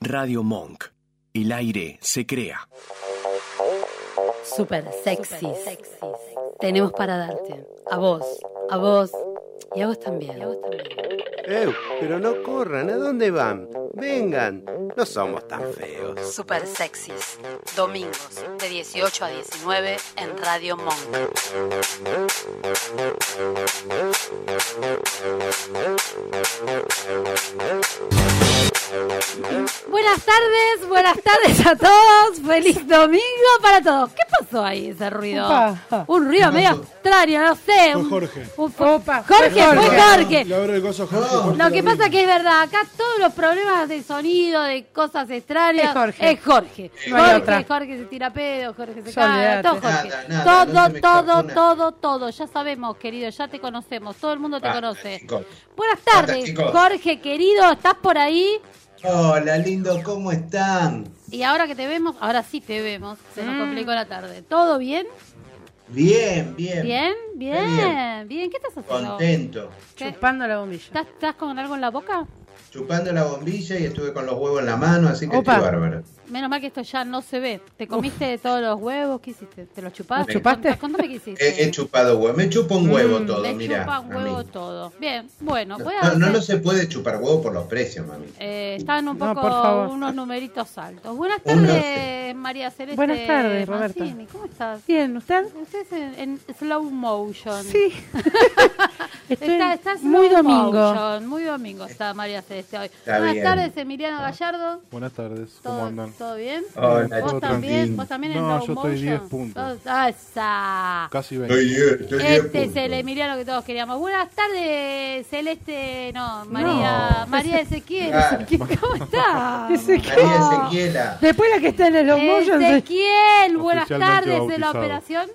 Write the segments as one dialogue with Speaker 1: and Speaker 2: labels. Speaker 1: Radio Monk. El aire se crea.
Speaker 2: Super sexy. Tenemos para darte. A vos, a vos y a vos también. Y a vos también.
Speaker 3: Eu, pero no corran, ¿a dónde van? Vengan, no somos tan feos.
Speaker 2: Super sexys. Domingos de 18 a 19 en Radio Monk. Buenas tardes, buenas tardes a todos. Feliz domingo para todos. ¿Qué pasó ahí ese ruido?
Speaker 4: Opa.
Speaker 2: Un ruido medio extraño, no sé. un-
Speaker 5: Jorge.
Speaker 2: un- Jorge,
Speaker 4: Jorge.
Speaker 2: fue Jorge.
Speaker 5: Le abro el coso a Jorge. Jorge
Speaker 2: Lo que
Speaker 5: abre.
Speaker 2: pasa que es verdad, acá todos los problemas de sonido, de cosas extrañas,
Speaker 4: Es Jorge.
Speaker 2: es Jorge.
Speaker 4: No hay
Speaker 2: Jorge,
Speaker 4: otra.
Speaker 2: Jorge se tira pedo, Jorge se
Speaker 4: Ya
Speaker 2: caga,
Speaker 4: olvidate.
Speaker 2: todo Jorge.
Speaker 6: Nada, nada,
Speaker 2: todo,
Speaker 6: no se me
Speaker 2: todo,
Speaker 6: escapa
Speaker 2: todo, todo. Ya sabemos, querido, ya te conocemos, todo el mundo te
Speaker 6: Basta,
Speaker 2: conoce.
Speaker 6: chicos.
Speaker 2: Buenas
Speaker 6: Basta,
Speaker 2: tardes,
Speaker 6: chicos.
Speaker 2: Jorge, querido, ¿estás por ahí?
Speaker 6: Hola, lindo, ¿cómo están?
Speaker 2: Y ahora que te vemos, ahora sí te vemos, se nos complicó la tarde. ¿Todo bien?
Speaker 6: Bien, bien.
Speaker 2: ¿Bien? ¿Bien? ¿Bien? ¿Qué estás haciendo?
Speaker 6: Contento.
Speaker 2: ¿Qué?
Speaker 4: Chupando la bombilla.
Speaker 2: ¿Estás, ¿Estás con algo en la boca?
Speaker 6: Chupando la bombilla y estuve con los huevos en la mano, así que
Speaker 4: Opa.
Speaker 6: estoy bárbaro.
Speaker 2: Menos mal que esto ya no se ve. ¿Te comiste de todos los huevos? ¿Qué hiciste? ¿Te los chupaste?
Speaker 6: ¿Los
Speaker 4: chupaste?
Speaker 2: Contá- Contame qué hiciste.
Speaker 6: He, he chupado huevo. Me chupa un huevo todo,
Speaker 2: Mm, Me
Speaker 6: mirá.
Speaker 2: chupa un
Speaker 6: a mí.
Speaker 2: huevo todo. Bien, bueno, voy a
Speaker 6: No, no,
Speaker 2: hacer-
Speaker 6: no se puede chupar huevo por los precios, mami.
Speaker 2: eh, estaban un
Speaker 4: No,
Speaker 2: poco
Speaker 4: por favor.
Speaker 2: unos numeritos altos. Buenas
Speaker 6: Uno,
Speaker 2: tardes, María Celeste.
Speaker 4: Buenas tardes, Roberta.
Speaker 2: Mancini, ¿Cómo estás?
Speaker 4: Bien, ¿usted?
Speaker 2: Estás en, en slow motion.
Speaker 4: Sí. Estoy
Speaker 2: Está, está en slow
Speaker 4: muy domingo.
Speaker 2: motion, Muy domingo está María Celeste hoy.
Speaker 6: Está
Speaker 2: Buenas
Speaker 6: bien.
Speaker 2: tardes, Emiliano Gallardo.
Speaker 5: Buenas tardes, ¿cómo
Speaker 2: ¿Todo,
Speaker 5: andan?
Speaker 2: todo bien?
Speaker 6: Hola,
Speaker 2: ¿Vos
Speaker 5: todo
Speaker 2: también?
Speaker 5: tranquilo.
Speaker 2: ¿Vos también en
Speaker 5: No,
Speaker 2: slow
Speaker 5: yo estoy
Speaker 2: motion?
Speaker 5: 10 puntos.
Speaker 2: Ah, ¡Esa!
Speaker 5: Casi 20.
Speaker 6: Estoy bien, eh, estoy bien,
Speaker 2: Este es
Speaker 6: punto.
Speaker 2: el Emiliano que todos queríamos. Buenas tardes, Celeste. No, María. María Ezequiel.
Speaker 6: Claro.
Speaker 2: Ezequiel, ¿Cómo está?
Speaker 4: Ezequiel.
Speaker 6: María Ezequiela.
Speaker 4: Después la que está en el homoyo
Speaker 2: Ezequiel, buenas
Speaker 5: Oficialmente
Speaker 2: tardes de la
Speaker 5: bautizado.
Speaker 2: operación.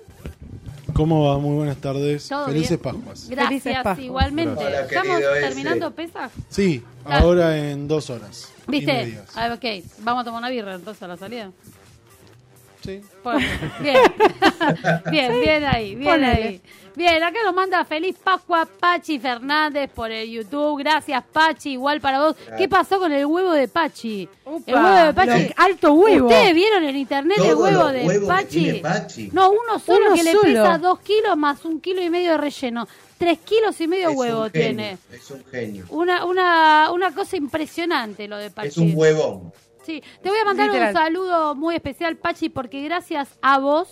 Speaker 5: ¿Cómo va? Muy buenas tardes.
Speaker 2: Todo
Speaker 5: Felices
Speaker 2: bien.
Speaker 5: Pascuas.
Speaker 4: Felices
Speaker 2: Gracias,
Speaker 4: Pascuas.
Speaker 2: igualmente.
Speaker 6: Hola,
Speaker 2: Estamos
Speaker 6: querido ese.
Speaker 2: terminando pesas.
Speaker 5: Sí,
Speaker 2: Ah.
Speaker 5: ahora en dos horas. y
Speaker 2: ¿Viste?
Speaker 5: medias.
Speaker 2: Ah, ok, vamos a tomar una birra entonces a la salida.
Speaker 5: Sí.
Speaker 2: Bueno, Bien, bien, bien ahí, bien
Speaker 4: Ponele.
Speaker 2: ahí. Bien, acá nos manda feliz Pascua Pachi Fernández por el YouTube. Gracias, Pachi, igual para vos. ¿Qué pasó con el huevo de Pachi?
Speaker 4: Upa,
Speaker 2: el huevo de Pachi.
Speaker 4: lo- alto huevo.
Speaker 2: ¿Ustedes vieron en internet el
Speaker 6: Todos
Speaker 2: huevo
Speaker 6: los
Speaker 2: de
Speaker 6: huevos que
Speaker 2: Pachi?
Speaker 6: tiene Pachi.
Speaker 2: No, uno solo
Speaker 4: Uno
Speaker 2: que
Speaker 4: solo.
Speaker 2: le pesa dos kilos más un kilo y medio de relleno. Tres kilos y medio
Speaker 6: Es un
Speaker 2: huevo
Speaker 6: genio,
Speaker 2: tiene.
Speaker 6: Es un genio.
Speaker 2: Una, una, una cosa impresionante lo de Pachi.
Speaker 6: Es un huevón.
Speaker 2: Sí, te voy a mandar
Speaker 4: Literal.
Speaker 2: un saludo muy especial, Pachi, porque gracias a vos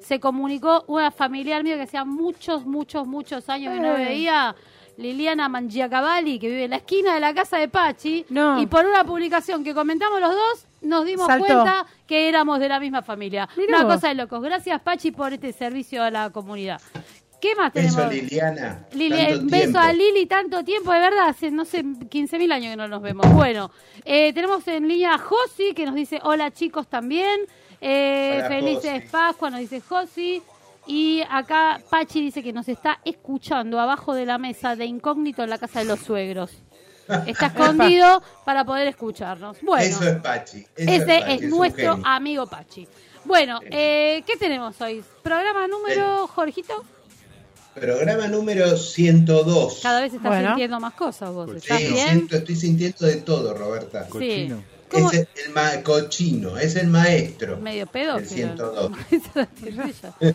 Speaker 2: se comunicó una familiar mía que hacía muchos, muchos, muchos años que no
Speaker 4: Eh.
Speaker 2: veía, Liliana Mangiacavalli, que vive en la esquina de la casa de Pachi.
Speaker 4: No.
Speaker 2: Y por una publicación que comentamos los dos, nos dimos
Speaker 4: Saltó.
Speaker 2: cuenta que éramos de la misma familia.
Speaker 4: Mirá
Speaker 2: una
Speaker 4: vos.
Speaker 2: cosa de locos. Gracias, Pachi, por este servicio a la comunidad. ¿Qué más tenemos?
Speaker 6: Beso, Liliana.
Speaker 2: Lili, eh,
Speaker 6: Tanto
Speaker 2: beso
Speaker 6: tiempo.
Speaker 2: a Lili, tanto tiempo, de verdad, hace, no sé, 15.000 años que no nos vemos. Bueno, eh, tenemos en línea a Josi, que nos dice, hola chicos también, Eh,
Speaker 6: Hola,
Speaker 2: felices
Speaker 6: Josi.
Speaker 2: Pascua, nos dice Josi, y acá Pachi dice que nos está escuchando abajo de la mesa de incógnito en la casa de los suegros. Está escondido para poder escucharnos. Bueno,
Speaker 6: Eso es Pachi. eso
Speaker 2: ese
Speaker 6: Pachi,
Speaker 2: es
Speaker 6: un
Speaker 2: nuestro
Speaker 6: genio.
Speaker 2: amigo Pachi. Bueno, eh, ¿qué tenemos hoy? Programa número, Jorgito.
Speaker 6: Programa número 102.
Speaker 2: Cada vez estás
Speaker 4: Bueno.
Speaker 2: sintiendo más cosas vos.
Speaker 6: Sí,
Speaker 2: ¿Estás Pues bien?
Speaker 6: siento- estoy sintiendo de todo, Roberta.
Speaker 2: Sí.
Speaker 5: Cochino.
Speaker 2: ¿Cómo?
Speaker 6: Es el, el ma- cochino, es el maestro.
Speaker 2: Medio pedo.
Speaker 6: El 102.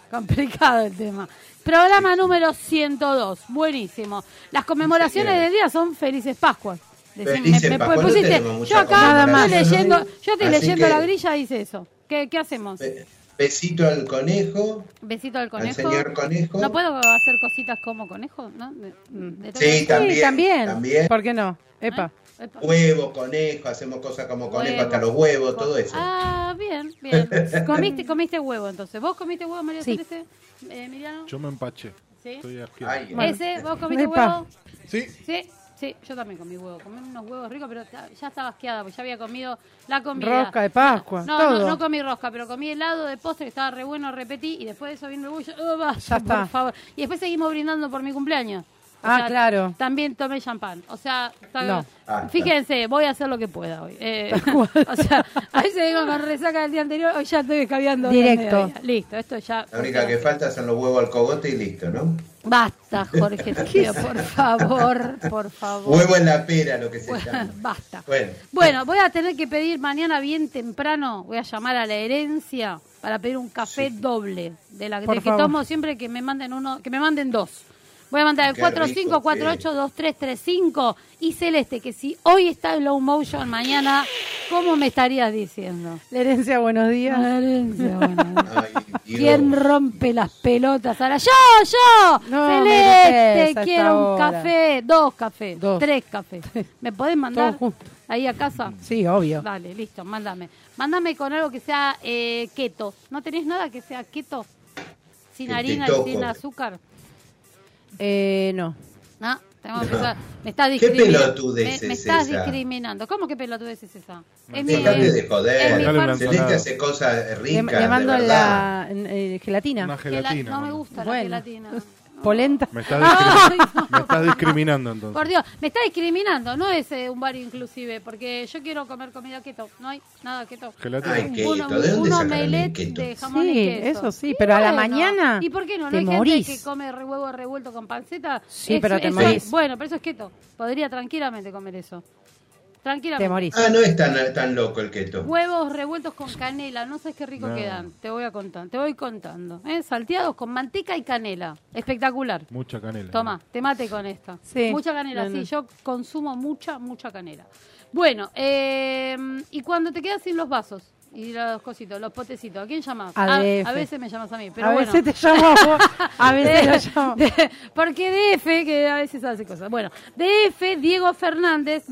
Speaker 2: Complicado el tema. Programa número 102. Buenísimo. Las conmemoraciones
Speaker 6: Sí, señor.
Speaker 2: del día son felices Pascuas. Decime,
Speaker 6: Felices Pascuas, no
Speaker 2: pusiste-
Speaker 6: tenemos mucha
Speaker 2: yo acá estoy
Speaker 6: conmemoración.
Speaker 2: leyendo, yo estoy
Speaker 6: Así
Speaker 2: leyendo
Speaker 6: que-
Speaker 2: la grilla y dice eso. ¿Qué, qué hacemos?
Speaker 6: Be- Besito al conejo,
Speaker 2: Besito al
Speaker 6: al
Speaker 2: conejo.
Speaker 6: señor conejo.
Speaker 2: ¿No puedo hacer cositas como conejo? ¿No? De- mm, de-
Speaker 6: Sí, también.
Speaker 4: Sí, también.
Speaker 6: también.
Speaker 4: ¿Por qué no? Epa.
Speaker 2: Epa.
Speaker 6: Huevo, conejo, hacemos cosas como conejo
Speaker 2: Huevo.
Speaker 6: hasta los huevos, todo eso.
Speaker 2: Ah, bien, bien. ¿Comiste, comiste huevo entonces? ¿Vos comiste huevo, María
Speaker 4: Sí.
Speaker 2: Celeste? Eh, Emiliano.
Speaker 5: Yo me empaché.
Speaker 2: Sí.
Speaker 5: Estoy asqueado.
Speaker 6: Ay,
Speaker 4: Bueno.
Speaker 2: Ese, ¿vos comiste
Speaker 4: Epa.
Speaker 2: huevo?
Speaker 5: Sí.
Speaker 2: Sí, sí, yo también comí huevo. Comí unos huevos ricos, pero ta- ya estaba asqueada porque ya había comido la comida.
Speaker 4: Rosca de Pascua.
Speaker 2: No,
Speaker 4: todo.
Speaker 2: no, no comí rosca, pero comí helado de postre que estaba re bueno, repetí y después de eso vino el huevo. y yo, "Oh, basta,
Speaker 4: Ya está.
Speaker 2: por favor. Y después seguimos brindando por mi cumpleaños.
Speaker 4: Ah, claro.
Speaker 2: También tomé champán. O sea, está-
Speaker 4: No.
Speaker 6: Ah,
Speaker 2: fíjense, voy a hacer lo que pueda hoy. Eh, o sea, a veces vengo con resaca del día anterior, hoy ya estoy escabeando. hoy al
Speaker 4: Directo.
Speaker 2: mediodía. Listo, esto ya.
Speaker 6: La única que falta son los huevos al cogote y listo, ¿no?
Speaker 2: Basta, Jorge, te pido, por favor, por favor.
Speaker 6: Huevo en la pera, lo que se llama.
Speaker 2: Basta.
Speaker 6: Bueno,
Speaker 2: Bueno, voy a tener que pedir mañana bien temprano, voy a llamar a la herencia para pedir un café doble de la
Speaker 4: Por
Speaker 2: del que
Speaker 4: favor.
Speaker 2: tomo siempre que me manden uno, que me manden dos. Voy a mandar el
Speaker 6: Qué
Speaker 2: 45482335 y Celeste, que si hoy está en low motion mañana, ¿cómo me estarías diciendo?
Speaker 4: La herencia, buenos días.
Speaker 2: La herencia, bueno.
Speaker 6: ay, Dios.
Speaker 2: ¿Quién rompe las pelotas ahora? ¡Yo, yo!
Speaker 4: No, me
Speaker 2: ¡Celeste!
Speaker 4: contesta a
Speaker 2: Quiero un
Speaker 4: esta hora.
Speaker 2: café, dos cafés,
Speaker 4: Dos.
Speaker 2: tres cafés. ¿Me podés mandar
Speaker 4: Todos juntos.
Speaker 2: ahí a casa?
Speaker 4: Sí, obvio.
Speaker 2: Dale, listo, mándame. Mándame con algo que sea eh, keto. ¿No tenés nada que sea keto? Sin
Speaker 6: Que te
Speaker 2: harina y
Speaker 6: toco.
Speaker 2: sin azúcar.
Speaker 4: Eh, no.
Speaker 2: No, tengo que empezar. Me estás
Speaker 6: ¿Qué
Speaker 2: discriminando.
Speaker 6: pelotudez
Speaker 2: me,
Speaker 6: es
Speaker 2: me estás
Speaker 6: esa?
Speaker 2: discriminando. ¿Cómo que pelotudez es esa? Es mi,
Speaker 6: Dejate de
Speaker 2: es mi
Speaker 5: Dale,
Speaker 2: fan-
Speaker 6: joder.
Speaker 5: Blanca.
Speaker 6: Celeste hace cosas
Speaker 4: Le,
Speaker 6: ricas.
Speaker 4: le mando
Speaker 6: de verdad.
Speaker 4: la eh, gelatina.
Speaker 5: Una
Speaker 2: gela-
Speaker 5: gelatina.
Speaker 2: No me
Speaker 5: mano.
Speaker 2: gusta la
Speaker 4: Bueno.
Speaker 2: gelatina.
Speaker 4: Polenta.
Speaker 5: Me estás,
Speaker 2: Ay,
Speaker 5: discrimi-
Speaker 2: no.
Speaker 5: me estás discriminando entonces.
Speaker 2: Por Dios, me está discriminando. No es eh, un bar inclusive, porque yo quiero comer comida keto. No hay nada keto.
Speaker 5: Gelatina.
Speaker 6: Ay, qué
Speaker 2: Uno-
Speaker 6: hito. ¿De dónde
Speaker 2: un
Speaker 6: sacaron el
Speaker 2: omelette
Speaker 6: keto?
Speaker 2: de jamón y
Speaker 4: Sí,
Speaker 2: queso.
Speaker 4: eso sí,
Speaker 2: Y
Speaker 4: pero a la mañana
Speaker 2: ¿Y por qué no? ¿No
Speaker 4: te
Speaker 2: hay
Speaker 4: morís.
Speaker 2: gente que come re huevo revuelto con panceta?
Speaker 4: Sí, pero te
Speaker 2: eso-
Speaker 4: morís.
Speaker 2: Bueno, pero eso es keto. Podría tranquilamente comer eso. Tranquilamente.
Speaker 4: Te morís.
Speaker 6: Ah, no es tan, tan loco el keto.
Speaker 2: Huevos revueltos con canela, no sabes qué rico quedan. Te voy a contar, te voy contando. ¿eh? Salteados con manteca y canela. Espectacular.
Speaker 5: Mucha canela.
Speaker 2: Toma, te mate con esta.
Speaker 4: Sí.
Speaker 2: Mucha canela,
Speaker 4: No,
Speaker 2: sí,
Speaker 4: no.
Speaker 2: yo consumo mucha, mucha canela. Bueno, eh, y cuando te quedas sin los vasos y los cositos, los potecitos, ¿a quién llamas?
Speaker 4: A
Speaker 2: a
Speaker 4: DF.
Speaker 2: veces me llamas a mí, pero
Speaker 4: A
Speaker 2: bueno.
Speaker 4: veces te llamo a vos, a veces lo llamo.
Speaker 2: De- porque DF, que a veces hace cosas. Bueno, DF, Diego Fernández,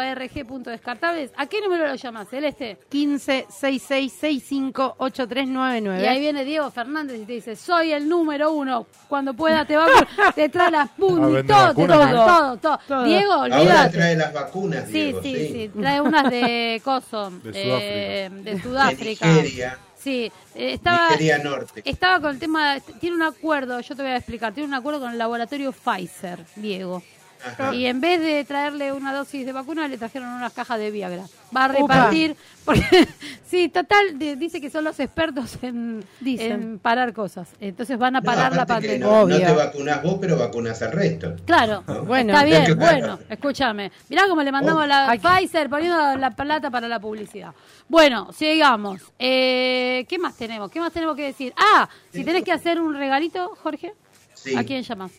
Speaker 2: df.arg.descartables. ¿A qué número lo llamas, Celeste?
Speaker 4: 15 66 65 8399.
Speaker 2: Y ahí viene Diego Fernández y te dice, soy el número uno. Cuando pueda te va a- te trae las
Speaker 5: A
Speaker 2: puntas,
Speaker 5: vender
Speaker 2: todo, te
Speaker 5: vacunas,
Speaker 2: trae
Speaker 5: ¿no?
Speaker 2: todo, todo,
Speaker 4: Todo.
Speaker 2: Diego,
Speaker 6: Ahora
Speaker 2: olvídate.
Speaker 6: trae las vacunas,
Speaker 2: Sí,
Speaker 6: Diego,
Speaker 2: sí, sí, Trae unas de Coso.
Speaker 5: De
Speaker 2: eh, de Sudáfrica.
Speaker 6: Sudáfrica. De Nigeria.
Speaker 2: Sí, eh, estaba,
Speaker 6: Nigeria Norte.
Speaker 2: estaba con el tema, tiene un acuerdo, yo te voy a explicar, tiene un acuerdo con el laboratorio Pfizer, Diego.
Speaker 6: Ajá.
Speaker 2: Y en vez de traerle una dosis de vacuna, le trajeron unas cajas de Viagra. Va a
Speaker 4: Upa.
Speaker 2: repartir, porque sí, total, de- dice que son los expertos en,
Speaker 4: Dicen.
Speaker 2: en parar cosas. Entonces van a
Speaker 6: No,
Speaker 2: parar la
Speaker 6: aparte que
Speaker 2: pandemia.
Speaker 6: No, no
Speaker 4: Obvio.
Speaker 6: te vacunás vos, pero vacunás al resto.
Speaker 2: Claro,
Speaker 4: Bueno.
Speaker 2: está bien,
Speaker 6: Es que-
Speaker 2: bueno, escúchame. Mirá cómo le mandamos
Speaker 6: Oh.
Speaker 2: a la
Speaker 4: Ay.
Speaker 2: Pfizer poniendo la plata para la publicidad. Bueno, sigamos. Eh, ¿Qué más tenemos? ¿Qué más tenemos que decir? Ah, si tenés que hacer un regalito, Jorge,
Speaker 6: Sí.
Speaker 2: ¿a quién llamas?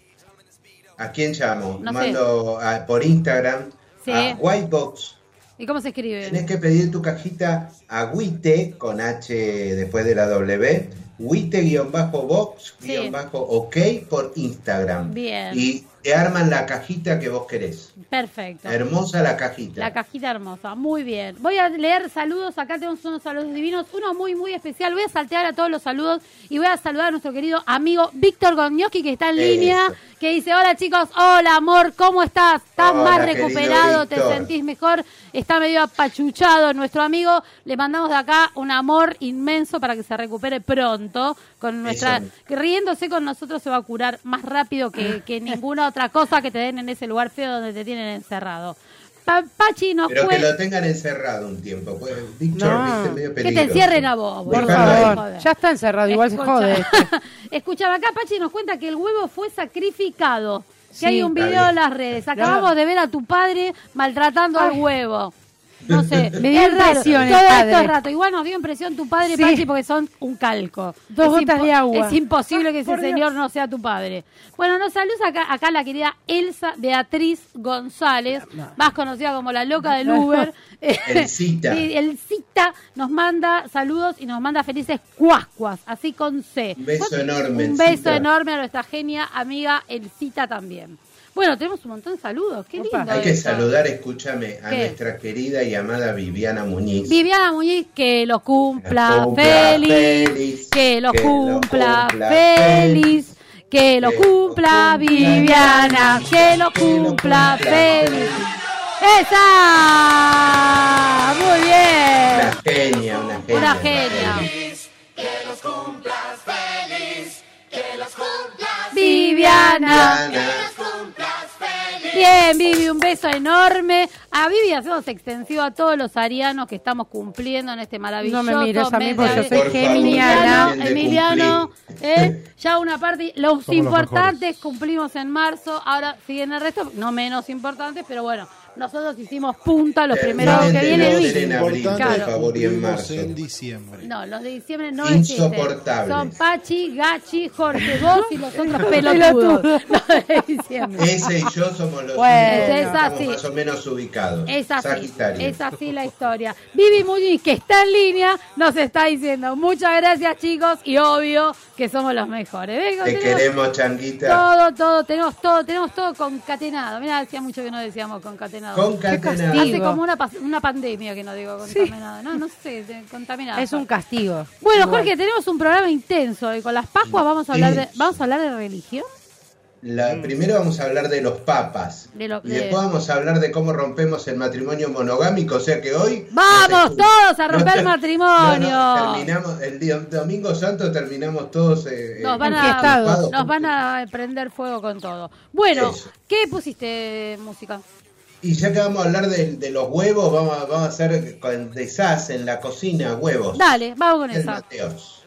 Speaker 6: ¿A quién llamo?
Speaker 2: No sé.
Speaker 6: Mando a- por Instagram
Speaker 2: Sí.
Speaker 6: a Whitebox.
Speaker 2: ¿Y cómo se escribe?
Speaker 6: Tenés que pedir tu cajita a Wite con H después de la W. Wite-box-ok por Instagram.
Speaker 2: Bien.
Speaker 6: Y te arman la cajita que vos querés.
Speaker 2: Perfecto.
Speaker 6: Hermosa la cajita.
Speaker 2: La cajita hermosa, muy bien. Voy a leer saludos, acá tenemos unos saludos divinos, uno muy, muy especial. Voy a saltear a todos los saludos y voy a saludar a nuestro querido amigo Víctor Gonioski, que está en
Speaker 6: Eso.
Speaker 2: línea, que dice, hola chicos, hola amor, ¿cómo estás? ¿Estás
Speaker 6: Hola,
Speaker 2: más
Speaker 6: querido
Speaker 2: recuperado? ¿Te
Speaker 6: Víctor.
Speaker 2: sentís mejor? Está medio apachuchado nuestro amigo. Le mandamos de acá un amor inmenso para que se recupere pronto. Con nuestra,
Speaker 6: Eso.
Speaker 2: que riéndose con nosotros se va a curar más rápido que, que ninguna otra cosa que te den en ese lugar feo donde te tienen encerrado. Pa- Pachi nos
Speaker 6: Pero que
Speaker 2: cuenta-
Speaker 6: lo tengan encerrado un tiempo. Pues, Víctor,
Speaker 4: No.
Speaker 6: viste, medio
Speaker 2: Que te
Speaker 6: peligroso.
Speaker 2: encierren a vos,
Speaker 4: Por
Speaker 6: Dejalo ahí.
Speaker 4: favor, ya está encerrado, igual se
Speaker 2: Escucha.
Speaker 4: jode.
Speaker 2: Escuchame, acá Pachi nos cuenta que el huevo fue sacrificado. Que
Speaker 4: Sí.
Speaker 2: hay un
Speaker 6: Está
Speaker 2: video
Speaker 6: bien.
Speaker 2: en las redes. Acabamos de ver a tu padre maltratando al huevo. No sé,
Speaker 4: Me dio
Speaker 2: es raro.
Speaker 4: impresión el
Speaker 2: Todo
Speaker 4: padre.
Speaker 2: esto es rato. Igual nos dio impresión tu padre,
Speaker 4: Sí.
Speaker 2: Pachi, porque son un calco.
Speaker 4: Dos gotas
Speaker 2: impo-
Speaker 4: de agua.
Speaker 2: Es imposible que ese
Speaker 4: Por Dios.
Speaker 2: señor no sea tu padre. Bueno, nos saluda acá, acá la querida Elsa Beatriz González, más conocida como la loca del
Speaker 4: No.
Speaker 2: Uber.
Speaker 6: Elcita.
Speaker 2: Sí, el Cita nos manda saludos y nos manda felices cuascuas, así con C.
Speaker 6: Un beso enorme,
Speaker 2: Un
Speaker 6: Elcita.
Speaker 2: beso enorme a nuestra genia amiga El Cita también. Bueno, tenemos un montón de saludos, qué
Speaker 4: Opa.
Speaker 2: lindo.
Speaker 6: Hay que
Speaker 2: esto.
Speaker 6: saludar, escúchame, a
Speaker 2: ¿Qué?
Speaker 6: nuestra querida y amada Viviana Muñiz.
Speaker 2: Viviana Muñiz, que lo cumpla,
Speaker 6: Lo cumpla
Speaker 2: feliz,
Speaker 6: feliz,
Speaker 2: que lo
Speaker 6: que lo
Speaker 2: cumpla,
Speaker 6: cumpla
Speaker 2: feliz,
Speaker 6: feliz,
Speaker 2: que lo
Speaker 6: que lo
Speaker 2: cumpla
Speaker 6: cumpla
Speaker 2: Viviana,
Speaker 6: Viviana,
Speaker 2: que lo
Speaker 6: que lo
Speaker 2: cumpla
Speaker 6: cumpla
Speaker 2: feliz.
Speaker 6: feliz.
Speaker 2: ¡Esa! ¡Muy bien!
Speaker 6: Una genia, una genia.
Speaker 2: Una genia. Viviana,
Speaker 6: Viviana,
Speaker 2: bien, Vivi, un beso enorme. A Vivi hacemos extensivo a todos los arianos que estamos cumpliendo en este maravilloso
Speaker 4: No me mires a mí
Speaker 2: mes
Speaker 4: porque
Speaker 2: de
Speaker 4: yo
Speaker 2: abril.
Speaker 4: soy
Speaker 6: Por favor,
Speaker 4: geminiana.
Speaker 6: también de
Speaker 2: Emiliano, ¿eh? ya una parte, los
Speaker 7: Somos los
Speaker 2: importantes cumplimos en marzo, ahora siguen el resto, no menos importantes, pero bueno, nosotros hicimos punta los primeros que
Speaker 6: Terminen
Speaker 2: viene
Speaker 6: de
Speaker 2: Luis.
Speaker 6: en abril, por
Speaker 7: Importante,
Speaker 2: Claro.
Speaker 6: favor, y en
Speaker 7: cumplimos
Speaker 6: marzo.
Speaker 7: en diciembre.
Speaker 2: No, los de diciembre no existen.
Speaker 6: Insoportables.
Speaker 2: Son Pachi, Gachi, Jorge, vos y los otros pelotudos. Los de diciembre.
Speaker 6: Ese y yo somos los
Speaker 4: Bueno.
Speaker 6: únicos que
Speaker 2: Es
Speaker 6: estamos
Speaker 2: así.
Speaker 6: más o menos ubicados.
Speaker 2: Es así,
Speaker 6: Sagitario.
Speaker 2: es así la historia. Vivi Muñiz, que está en línea, nos está diciendo muchas gracias chicos y obvio que somos los mejores. Venga,
Speaker 6: Te
Speaker 2: tenemos
Speaker 6: queremos, changuita.
Speaker 2: todo, todo, tenemos todo, tenemos todo concatenado. Mira, hacía mucho que no decíamos concatenado.
Speaker 6: Concatenado.
Speaker 2: Hace
Speaker 4: Digo.
Speaker 2: como una, pas- una pandemia que no digo contaminado. No, no sé, de- contaminado.
Speaker 4: Es un castigo.
Speaker 2: Bueno,
Speaker 4: Igual.
Speaker 2: Jorge, tenemos un programa intenso y con las Pascuas vamos a hablar de, vamos a hablar de religión.
Speaker 6: La- primero vamos a hablar de los papas.
Speaker 2: De lo-
Speaker 6: y
Speaker 2: de-
Speaker 6: después vamos a hablar de cómo rompemos el matrimonio monogámico. O sea que hoy.
Speaker 2: ¡Vamos
Speaker 6: no te-
Speaker 2: todos a
Speaker 6: no
Speaker 2: romper
Speaker 6: ter-
Speaker 2: matrimonio!
Speaker 6: no, no, terminamos, el día- domingo santo terminamos todos. eh, eh,
Speaker 2: Nos van, a,
Speaker 4: Enfiestados.
Speaker 2: nos van a prender fuego con todo. Bueno,
Speaker 6: Eso.
Speaker 2: ¿qué pusiste música?
Speaker 6: Y ya que vamos a hablar de, de los huevos, vamos a, vamos a hacer con desaz en la cocina huevos.
Speaker 2: Dale, vamos con
Speaker 6: El
Speaker 2: esa.
Speaker 6: Mateos.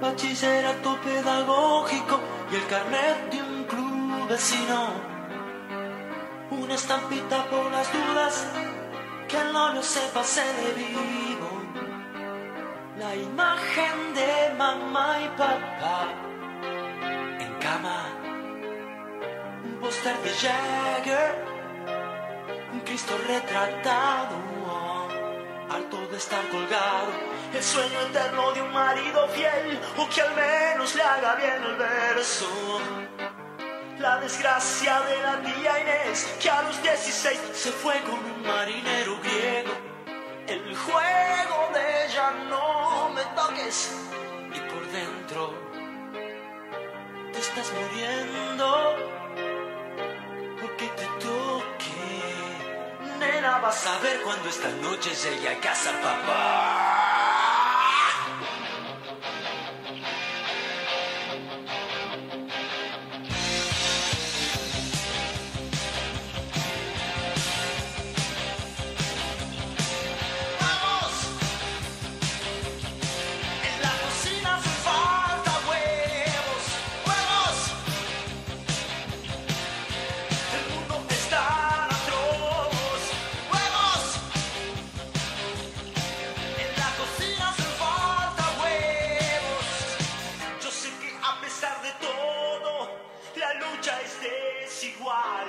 Speaker 8: Bachillerato pedagógico y el carnet de un club vecino. Una estampita por las dudas, que no lo sepa se de vivo. La imagen de mamá y papá en cama. Un póster de Jagger, un Cristo retratado, oh, harto de estar colgado. El sueño eterno de un marido fiel, o que al menos le haga bien el verso. La desgracia de la tía Inés, que a los 16 se fue con un marinero griego. El juego de ya no me toques, y por dentro te estás muriendo porque te toque. Nena, vas a ver cuando esta noche llegue a casa, papá. ¡Vamos! En la cocina hace falta huevos, huevos. El mundo está a trozos, huevos. En la cocina hacen falta huevos. Yo sé que a pesar de todo, la lucha es desigual.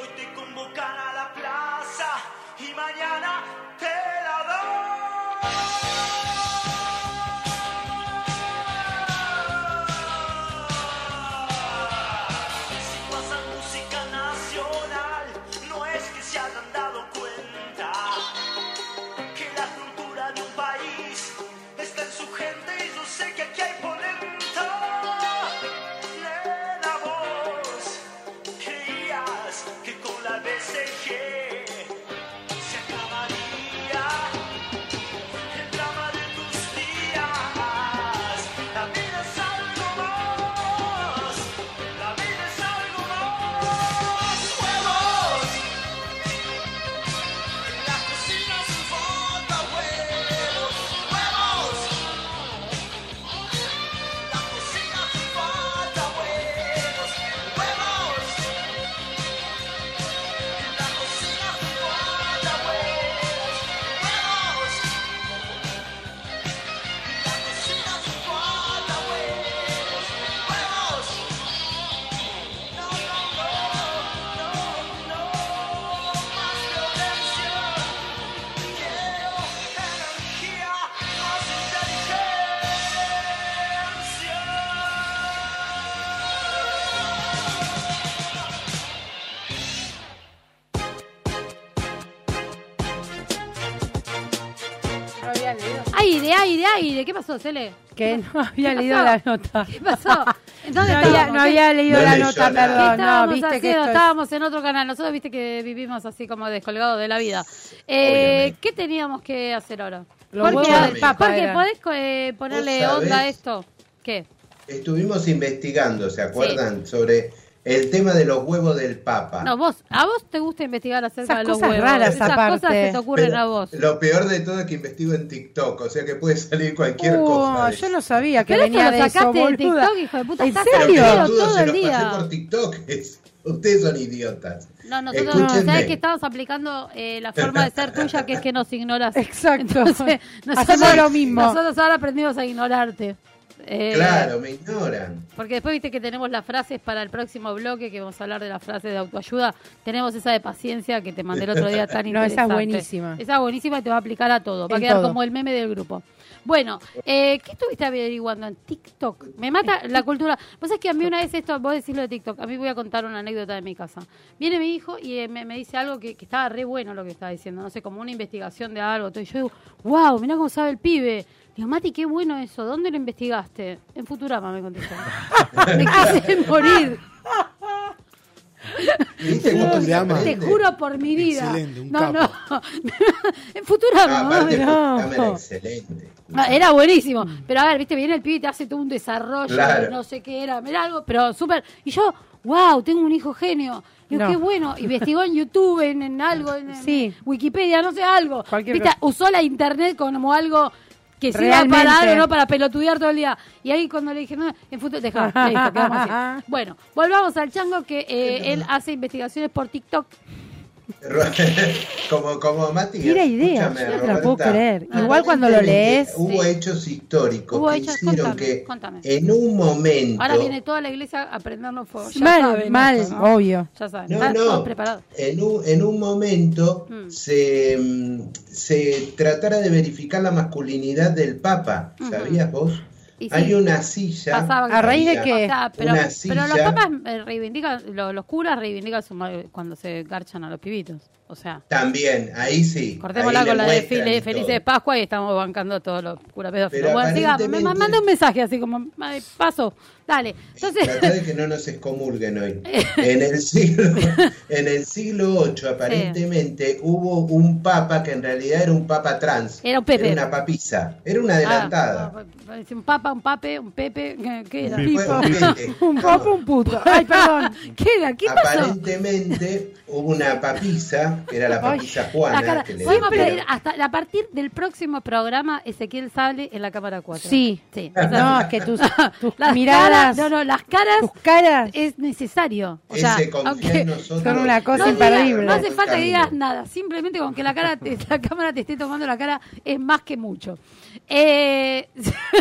Speaker 8: Hoy te convocan a la plaza y mañana te la dan. Si pasan música nacional, no es que se hayan dado cuenta que la cultura de un país está en su gente y yo sé que aquí hay polenta. Nena, vos creías que con la BCG se acabaría el drama de tus días. La vida es algo más, la vida es algo más. ¡Huevos! En la cocina se falta huevos, huevos. En la cocina se falta huevos, huevos. En la cocina se falta huevos, huevos. En la cocina se falta huevos, huevos. No, no, no, no, no.
Speaker 2: Aire, aire, aire. ¿Qué pasó, Cele?
Speaker 4: que no había leído la nota.
Speaker 2: ¿Qué pasó?
Speaker 4: No
Speaker 2: Entonces
Speaker 4: había, no había leído
Speaker 6: No
Speaker 4: la
Speaker 6: leyó
Speaker 4: nota,
Speaker 6: nada.
Speaker 2: ¿Qué
Speaker 4: perdón. No,
Speaker 2: estábamos
Speaker 4: viste que
Speaker 2: haciendo?
Speaker 4: esto es-
Speaker 2: Estábamos en otro canal. Nosotros viste que vivimos así como descolgados de la vida. Eh, ¿Qué teníamos que hacer ahora?
Speaker 4: Los
Speaker 2: Jorge,
Speaker 6: huevos del
Speaker 4: Papa
Speaker 2: Jorge,
Speaker 4: eran.
Speaker 2: ¿podés eh, ponerle
Speaker 6: ¿Vos
Speaker 2: onda a
Speaker 6: sabés?
Speaker 2: esto? ¿Qué?
Speaker 6: Estuvimos investigando, ¿se acuerdan? Sobre el tema de los huevos del Papa.
Speaker 2: No, vos, a vos te gusta investigar acerca
Speaker 4: Esas
Speaker 2: de los
Speaker 4: cosas
Speaker 2: huevos.
Speaker 4: raras
Speaker 2: Esas
Speaker 4: aparte.
Speaker 2: cosas que te ocurren
Speaker 6: Pero
Speaker 2: a vos.
Speaker 6: Lo peor de todo es que investigo en TikTok, o sea que puede salir cualquier
Speaker 4: Uh,
Speaker 6: cosa. de
Speaker 4: yo
Speaker 6: eso.
Speaker 4: no sabía que
Speaker 2: Pero esto
Speaker 4: venía
Speaker 2: lo
Speaker 4: de eso,
Speaker 2: sacaste de
Speaker 4: boluda.
Speaker 2: TikTok, hijo de puta.
Speaker 4: ¿En
Speaker 2: Estás
Speaker 6: Pero
Speaker 4: serio?
Speaker 6: pelotudos,
Speaker 2: todo
Speaker 6: se
Speaker 2: el
Speaker 6: los
Speaker 2: día.
Speaker 6: pasé por TikTok. es- Ustedes son idiotas.
Speaker 2: No, nosotros
Speaker 6: Escúchenme.
Speaker 2: sabés que estabas aplicando eh, la forma de ser tuya, que es que nos ignoras.
Speaker 4: Exacto.
Speaker 2: Entonces,
Speaker 4: Hacemos lo mismo.
Speaker 2: Nosotros ahora aprendimos a ignorarte. Eh,
Speaker 6: Claro, me ignoran.
Speaker 2: Porque después viste que tenemos las frases para el próximo bloque, que vamos a hablar de las frases de autoayuda. Tenemos esa de paciencia que te mandé el otro día tan
Speaker 4: No, esa es
Speaker 2: interesante.
Speaker 4: buenísima.
Speaker 2: Esa es buenísima y te va a aplicar a todo. Va a
Speaker 4: En
Speaker 2: quedar
Speaker 4: todo.
Speaker 2: como el meme del grupo. Bueno, eh, ¿qué estuviste averiguando en TikTok? Me mata la cultura. Vos sabés que a mí una vez esto, vos decís lo de TikTok, a mí voy a contar una anécdota de mi casa. Viene mi hijo y eh, me, me dice algo que, que estaba re bueno lo que estaba diciendo, no sé, como una investigación de algo. Entonces yo digo, wow, mirá cómo sabe el pibe. Digo, Mati, qué bueno eso. ¿Dónde lo investigaste? En Futurama me contestó. me quise morir.
Speaker 6: ¿Viste
Speaker 5: Futurama.
Speaker 6: cómo se aprende?
Speaker 2: Te juro por mi vida.
Speaker 5: Excelente, un
Speaker 2: no,
Speaker 5: capo.
Speaker 2: no. en Futurama.
Speaker 6: Ah,
Speaker 2: mami.
Speaker 6: aparte, Futurama era excelente.
Speaker 2: Ah, era buenísimo. Pero a ver, viste, viene el pibe y te hace todo un desarrollo,
Speaker 6: Claro.
Speaker 2: de no sé qué era, mira algo, pero súper. Y yo, wow, tengo un hijo genio. Digo,
Speaker 4: No.
Speaker 2: qué bueno. Investigó en YouTube, en, en algo, en, en
Speaker 4: Sí.
Speaker 2: Wikipedia, no sé, algo.
Speaker 4: Cualquier
Speaker 2: Viste,
Speaker 4: cosa.
Speaker 2: usó la internet como algo que sirva
Speaker 4: Realmente.
Speaker 2: para algo, no para pelotudear todo el día. Y ahí cuando le dije, no, en fútbol, dejá, listo, quedamos así. Bueno, volvamos al chango que eh, él hace investigaciones por TikTok.
Speaker 6: como, como Matías.
Speaker 4: Tira ideas,
Speaker 6: escúchame,
Speaker 4: yo no te la puedo
Speaker 6: Roberta.
Speaker 4: creer.
Speaker 2: Ah,
Speaker 4: Igual cuando lo lees,
Speaker 6: Hubo
Speaker 2: Sí.
Speaker 6: hechos históricos
Speaker 2: Hubo
Speaker 6: que
Speaker 2: hechos,
Speaker 6: hicieron
Speaker 2: contame,
Speaker 6: que
Speaker 2: contame.
Speaker 6: en un momento.
Speaker 2: Ahora viene toda la iglesia a prendernos fuego. Ya
Speaker 4: mal,
Speaker 2: saben
Speaker 4: mal, Oh.
Speaker 2: esto, ¿no?
Speaker 4: obvio.
Speaker 2: Ya saben,
Speaker 6: No,
Speaker 2: están todos
Speaker 6: no.
Speaker 2: preparados.
Speaker 6: En un, en un momento
Speaker 2: Ah, Mm.
Speaker 6: se, mm, se tratara de verificar la masculinidad del Papa.
Speaker 2: Ujú.
Speaker 6: ¿Sabías vos?
Speaker 2: Y sí.
Speaker 6: Hay una silla.
Speaker 2: Pasaban
Speaker 4: ¿A raíz de
Speaker 6: había
Speaker 4: qué?
Speaker 2: O sea, pero,
Speaker 6: una
Speaker 2: pero los
Speaker 6: silla.
Speaker 2: papas eh, reivindican, lo- los curas reivindican su madre cuando se garchan a los pibitos. O sea,
Speaker 6: También, ahí sí.
Speaker 2: cortémosla
Speaker 6: ahí le
Speaker 2: con la de
Speaker 6: muestran
Speaker 2: Fili-
Speaker 6: y
Speaker 2: Felices
Speaker 6: todo.
Speaker 2: de Pascua y estamos bancando a todos los curas pedófilos.
Speaker 6: Pero
Speaker 2: Bueno, siga, me
Speaker 6: aparentemente-
Speaker 2: manda un mensaje así como, "Madre, paso, dale.
Speaker 6: Tratá
Speaker 2: Entonces,
Speaker 6: de que no nos excomulguen hoy. En el siglo, en el siglo VIII, aparentemente, hubo un papa que en realidad era un papa trans.
Speaker 2: Era un Pepe.
Speaker 6: Era una papisa. Era una
Speaker 2: ah,
Speaker 6: adelantada.
Speaker 2: parece un papa, un pape, un pepe, ¿qué- ¿qué era?
Speaker 5: Sí.
Speaker 6: Fue
Speaker 4: tipo,
Speaker 6: urgente.
Speaker 4: un poco un puto. Ay, perdón.
Speaker 2: ¿Qué era? ¿Qué pasó?
Speaker 6: Aparentemente hubo una papisa, que era la papisa
Speaker 2: La
Speaker 6: Juana.
Speaker 2: cara-
Speaker 6: ¿eh? que le
Speaker 2: Vamos a
Speaker 6: dijeron,
Speaker 2: pedir hasta a partir del próximo programa Ezequiel Sable en la cámara 4.
Speaker 4: Sí.
Speaker 2: Sí.
Speaker 6: Ah.
Speaker 4: No, es que tus, tus
Speaker 2: Las caras,
Speaker 4: miradas,
Speaker 2: no, no, las caras
Speaker 4: tus caras.
Speaker 2: es necesario. O
Speaker 6: "Ese
Speaker 2: sea,
Speaker 6: confía
Speaker 2: aunque
Speaker 6: en nosotros.
Speaker 4: son una cosa
Speaker 2: no,
Speaker 6: pero
Speaker 2: digas-
Speaker 4: imperdible.
Speaker 2: no hace
Speaker 6: buen
Speaker 2: falta que
Speaker 6: camino".
Speaker 2: digas nada, simplemente con que la cara te- la cámara te esté tomando la cara es más que mucho. Eh,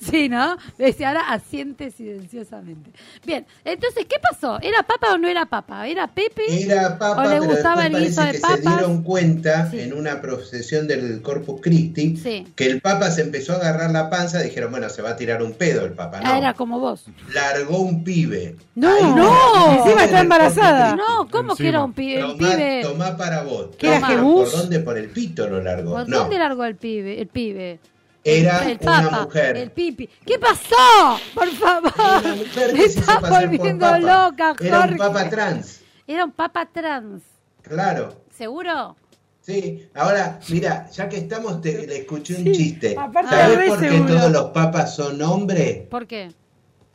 Speaker 2: sí, ¿no? Decía ahora asiente silenciosamente. Bien, entonces, ¿qué pasó? ¿Era papa o no era papa? ¿Era Pepe?
Speaker 6: Era papa,
Speaker 2: ¿O le
Speaker 6: pero
Speaker 2: gustaba el
Speaker 6: después
Speaker 2: guiso de
Speaker 6: parece que se
Speaker 2: papas?
Speaker 6: dieron cuenta
Speaker 2: Sí.
Speaker 6: en una procesión del Corpus Christi
Speaker 2: Sí.
Speaker 6: que el papa se empezó a agarrar la panza. Dijeron, bueno, se va a tirar un pedo el papa.
Speaker 2: Ah,
Speaker 6: No,
Speaker 2: era como vos.
Speaker 6: largó un pibe.
Speaker 4: No,
Speaker 6: Ahí,
Speaker 4: no.
Speaker 6: en el
Speaker 4: Encima está
Speaker 6: Corpus
Speaker 4: embarazada.
Speaker 6: Christi.
Speaker 2: No, ¿cómo
Speaker 5: Encima.
Speaker 2: que era un pibe? El
Speaker 6: Tomá,
Speaker 2: pibe-
Speaker 6: tomá para vos.
Speaker 4: ¿Qué era,
Speaker 6: Tomá.
Speaker 4: Jebús?
Speaker 6: ¿Por dónde? Por el pito lo largó.
Speaker 2: ¿Por
Speaker 6: no.
Speaker 2: dónde largó el pibe? El pibe.
Speaker 6: Era
Speaker 2: el,
Speaker 6: una
Speaker 2: papa,
Speaker 6: mujer.
Speaker 2: El pipi. ¿é pasó? Por favor.
Speaker 6: Una mujer
Speaker 2: Me
Speaker 6: que se hizo
Speaker 2: está
Speaker 6: pasar por
Speaker 2: volviendo
Speaker 6: papa.
Speaker 2: loca,
Speaker 6: Era
Speaker 2: Jorge.
Speaker 6: un papa trans,
Speaker 2: Era un papa trans.
Speaker 6: claro.
Speaker 2: ¿Seguro?
Speaker 6: Sí, ahora, mira, ya que estamos, te, le escuché un chiste.
Speaker 4: aparte re
Speaker 6: ¿Sabés por qué
Speaker 4: seguro.
Speaker 6: todos los papas son hombres?
Speaker 2: ¿Por qué?